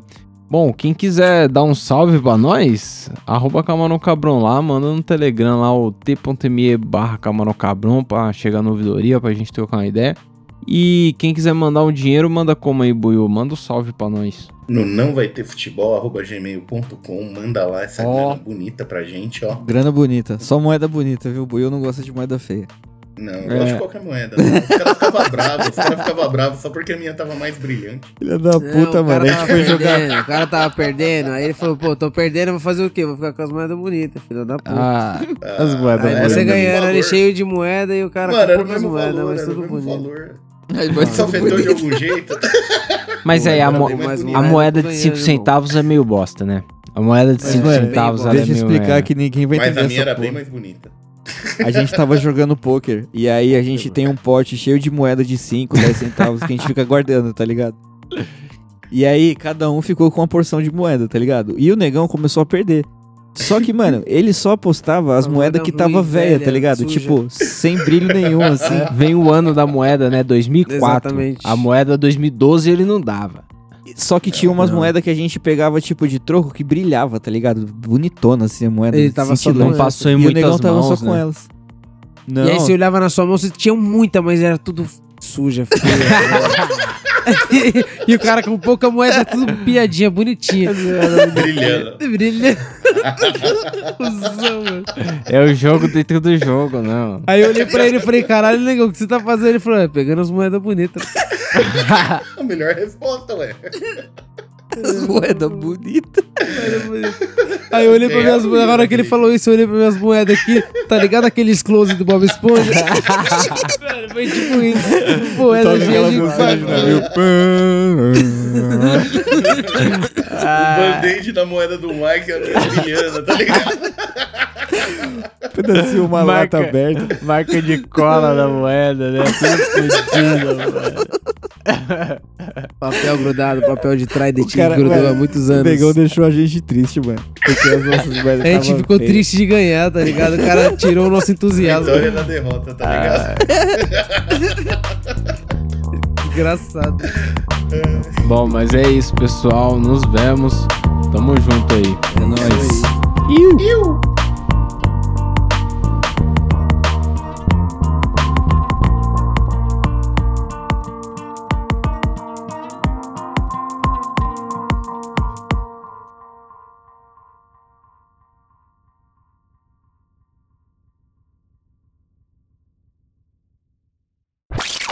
S1: Bom, quem quiser dar um salve pra nós, arroba Camarão Cabrão lá, manda no Telegram lá o t.me barra Camarão Cabrão pra chegar na ouvidoria, pra gente trocar uma ideia. E quem quiser mandar um dinheiro, manda como aí, Buiu? Manda um salve pra nós.
S3: No não vai ter futebol, arroba gmail.com. Manda lá essa
S1: Ó.
S3: grana bonita pra gente, ó.
S4: Grana bonita. Só moeda bonita, viu? Boi, eu não gosto de moeda feia.
S3: Não, eu
S1: É.
S3: gosto de qualquer moeda. Não. Os caras ficavam bravos, os caras ficavam bravos só porque a minha tava mais brilhante.
S4: Filha da
S2: Não, o cara tava perdendo, O cara tava perdendo, aí ele falou, pô, tô perdendo, vou fazer o quê? Vou ficar com as moedas bonitas, filho da puta.
S1: Ah,
S3: Ah,
S1: As moedas
S2: Aí
S1: era
S2: você
S1: o
S2: ganhando ali
S3: valor.
S2: cheio de moeda e o cara
S3: Mano,
S2: com
S3: era o
S2: poucas
S3: mesmo
S2: moedas,
S3: valor,
S2: mas
S3: era o
S2: tudo
S3: mesmo
S2: bonito.
S3: valor.
S4: Mas
S3: Só
S4: tudo
S3: afetou de
S4: bonito.
S3: algum jeito.
S1: mas aí a,
S3: Mas
S1: mo-
S3: tem mais
S2: Mas
S3: bonito.
S1: a
S2: moeda
S1: moeda de
S2: ganhando,
S1: 5
S2: irmão.
S1: centavos é meio bosta, né? A moeda de
S2: Mas,
S1: 5
S4: mano,
S1: centavos ela é
S4: Deixa eu
S1: meio...
S4: explicar
S1: é.
S4: que ninguém vai
S3: Mas
S4: entender
S3: a minha
S4: essa
S3: era bem
S4: porra.
S3: mais bonita.
S4: A gente tava jogando poker e aí a gente tem um pote cheio de moeda de 5, 10 centavos que a gente fica guardando, tá ligado? E aí cada um ficou com uma porção de moeda, tá ligado? E o negão começou a perder. Só que, mano, ele só postava as
S2: Uma moeda
S4: moedas que
S2: ruim,
S4: tava velha,
S2: velha,
S4: tá ligado?
S2: suja.
S4: Tipo, sem brilho nenhum, assim.
S1: É. Vem o ano da moeda, né? 2004.
S2: Exatamente.
S1: A moeda 2012 ele não dava.
S4: Só que tinha umas moedas que a gente pegava, tipo, de troco que brilhava, tá ligado? Bonitona, assim, a moeda.
S2: Ele tava só
S4: cintilante.
S2: com Não
S1: passou em
S4: e o
S1: muitas
S4: negão tava só
S1: mãos,
S4: com
S1: né?
S4: elas. Não,
S2: E aí você olhava na sua mão, você tinha muita, mas era tudo suja, feia. e, o cara com pouca moeda, tudo piadinha, bonitinha.
S3: Brilhando.
S2: Brilhando. Cusão, mano.
S1: É o jogo dentro do jogo, não.
S2: Aí eu olhei pra ele e falei, caralho, negão, o que você tá fazendo? Ele falou, "É, pegando as moedas bonitas.
S3: A melhor resposta, ué.
S4: moeda bonita.
S2: Aí eu olhei pra
S3: Tem
S2: minhas
S3: a
S2: moedas, na hora que ele falou isso, eu olhei pra minhas moedas aqui, tá ligado aqueles close do Bob Esponja? Mano, Foi tipo isso. Moeda cheia de
S3: O Um band-aid da moeda do Mike era brilhando, tá ligado?
S4: Pedacinho uma
S1: Marca.
S4: lata aberta.
S1: Marca de cola da moeda, né?
S2: Papel grudado, papel de trident
S4: O cara,
S2: grudou
S4: mano,
S2: há muitos
S4: O
S2: anos.
S4: negão deixou a gente triste, mano. Porque as nossas moedas
S2: A gente
S4: tavam
S2: ficou
S4: feias.
S2: triste de ganhar, tá ligado? O cara tirou o nosso entusiasmo.
S4: Então.
S3: Vitória na derrota, tá ligado?
S2: Engraçado.
S1: Bom, mas é isso, pessoal. Nos vemos. Tamo junto aí.
S4: É nóis.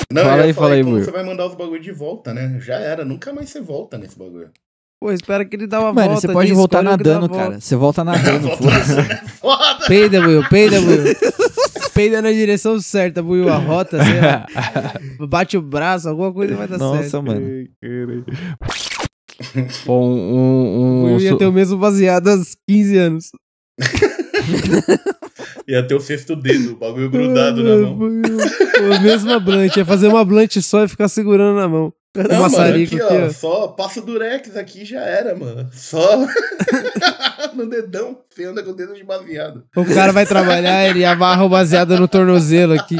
S3: Não,
S1: Fala
S3: eu ia
S1: aí,
S3: falar
S1: fala aí,
S3: como
S1: Will.
S3: Você vai mandar os bagulho de volta, né? Já era, nunca mais você volta nesse bagulho.
S2: Pô, espero que ele dá uma
S4: Mano,
S2: volta.
S4: você pode
S2: ali,
S4: voltar
S2: escolhe o que dá
S4: nadando,
S2: volta.
S4: cara. Você volta nadando, foda-se.
S3: Foda!
S2: Peida, Will, peida, Will. Peida na direção certa, Will, a rota, sei lá. Bate o braço, alguma coisa vai dar certo.
S4: Nossa, mano.
S1: Bom, um. um,
S2: Will ia ter o mesmo baseado há 15 anos.
S3: Ia ter o sexto dedo, o bagulho grudado na mão.
S2: A mesma blunt, ia fazer uma blunt só e ficar segurando na mão.
S3: Não,
S2: Um maçarico
S3: mano, aqui, ó,
S2: aqui,
S3: Só passa o durex aqui e já era, mano. Só no dedão. Você anda com o dedo de baseado.
S2: ó. O cara vai trabalhar, ele amarra o baseado no tornozelo aqui.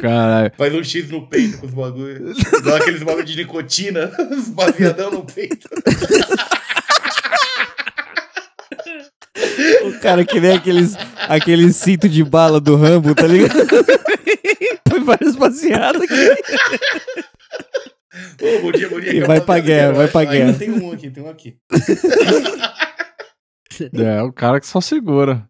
S1: Caralho.
S3: Faz um X no peito com os bagulhos. Igual aqueles bagulhos de nicotina. Os baseadão no peito.
S4: O cara que nem aqueles, aquele cinto de bala do Rambo, tá ligado? Põe várias baseadas aqui.
S3: Ô, bom dia, bom dia.
S4: E
S3: que
S4: vai
S3: eu
S4: pra
S3: faço-
S4: guerra, vai pra
S3: Ainda
S4: guerra.
S3: Tem um aqui, tem um aqui.
S1: É, o cara que só segura.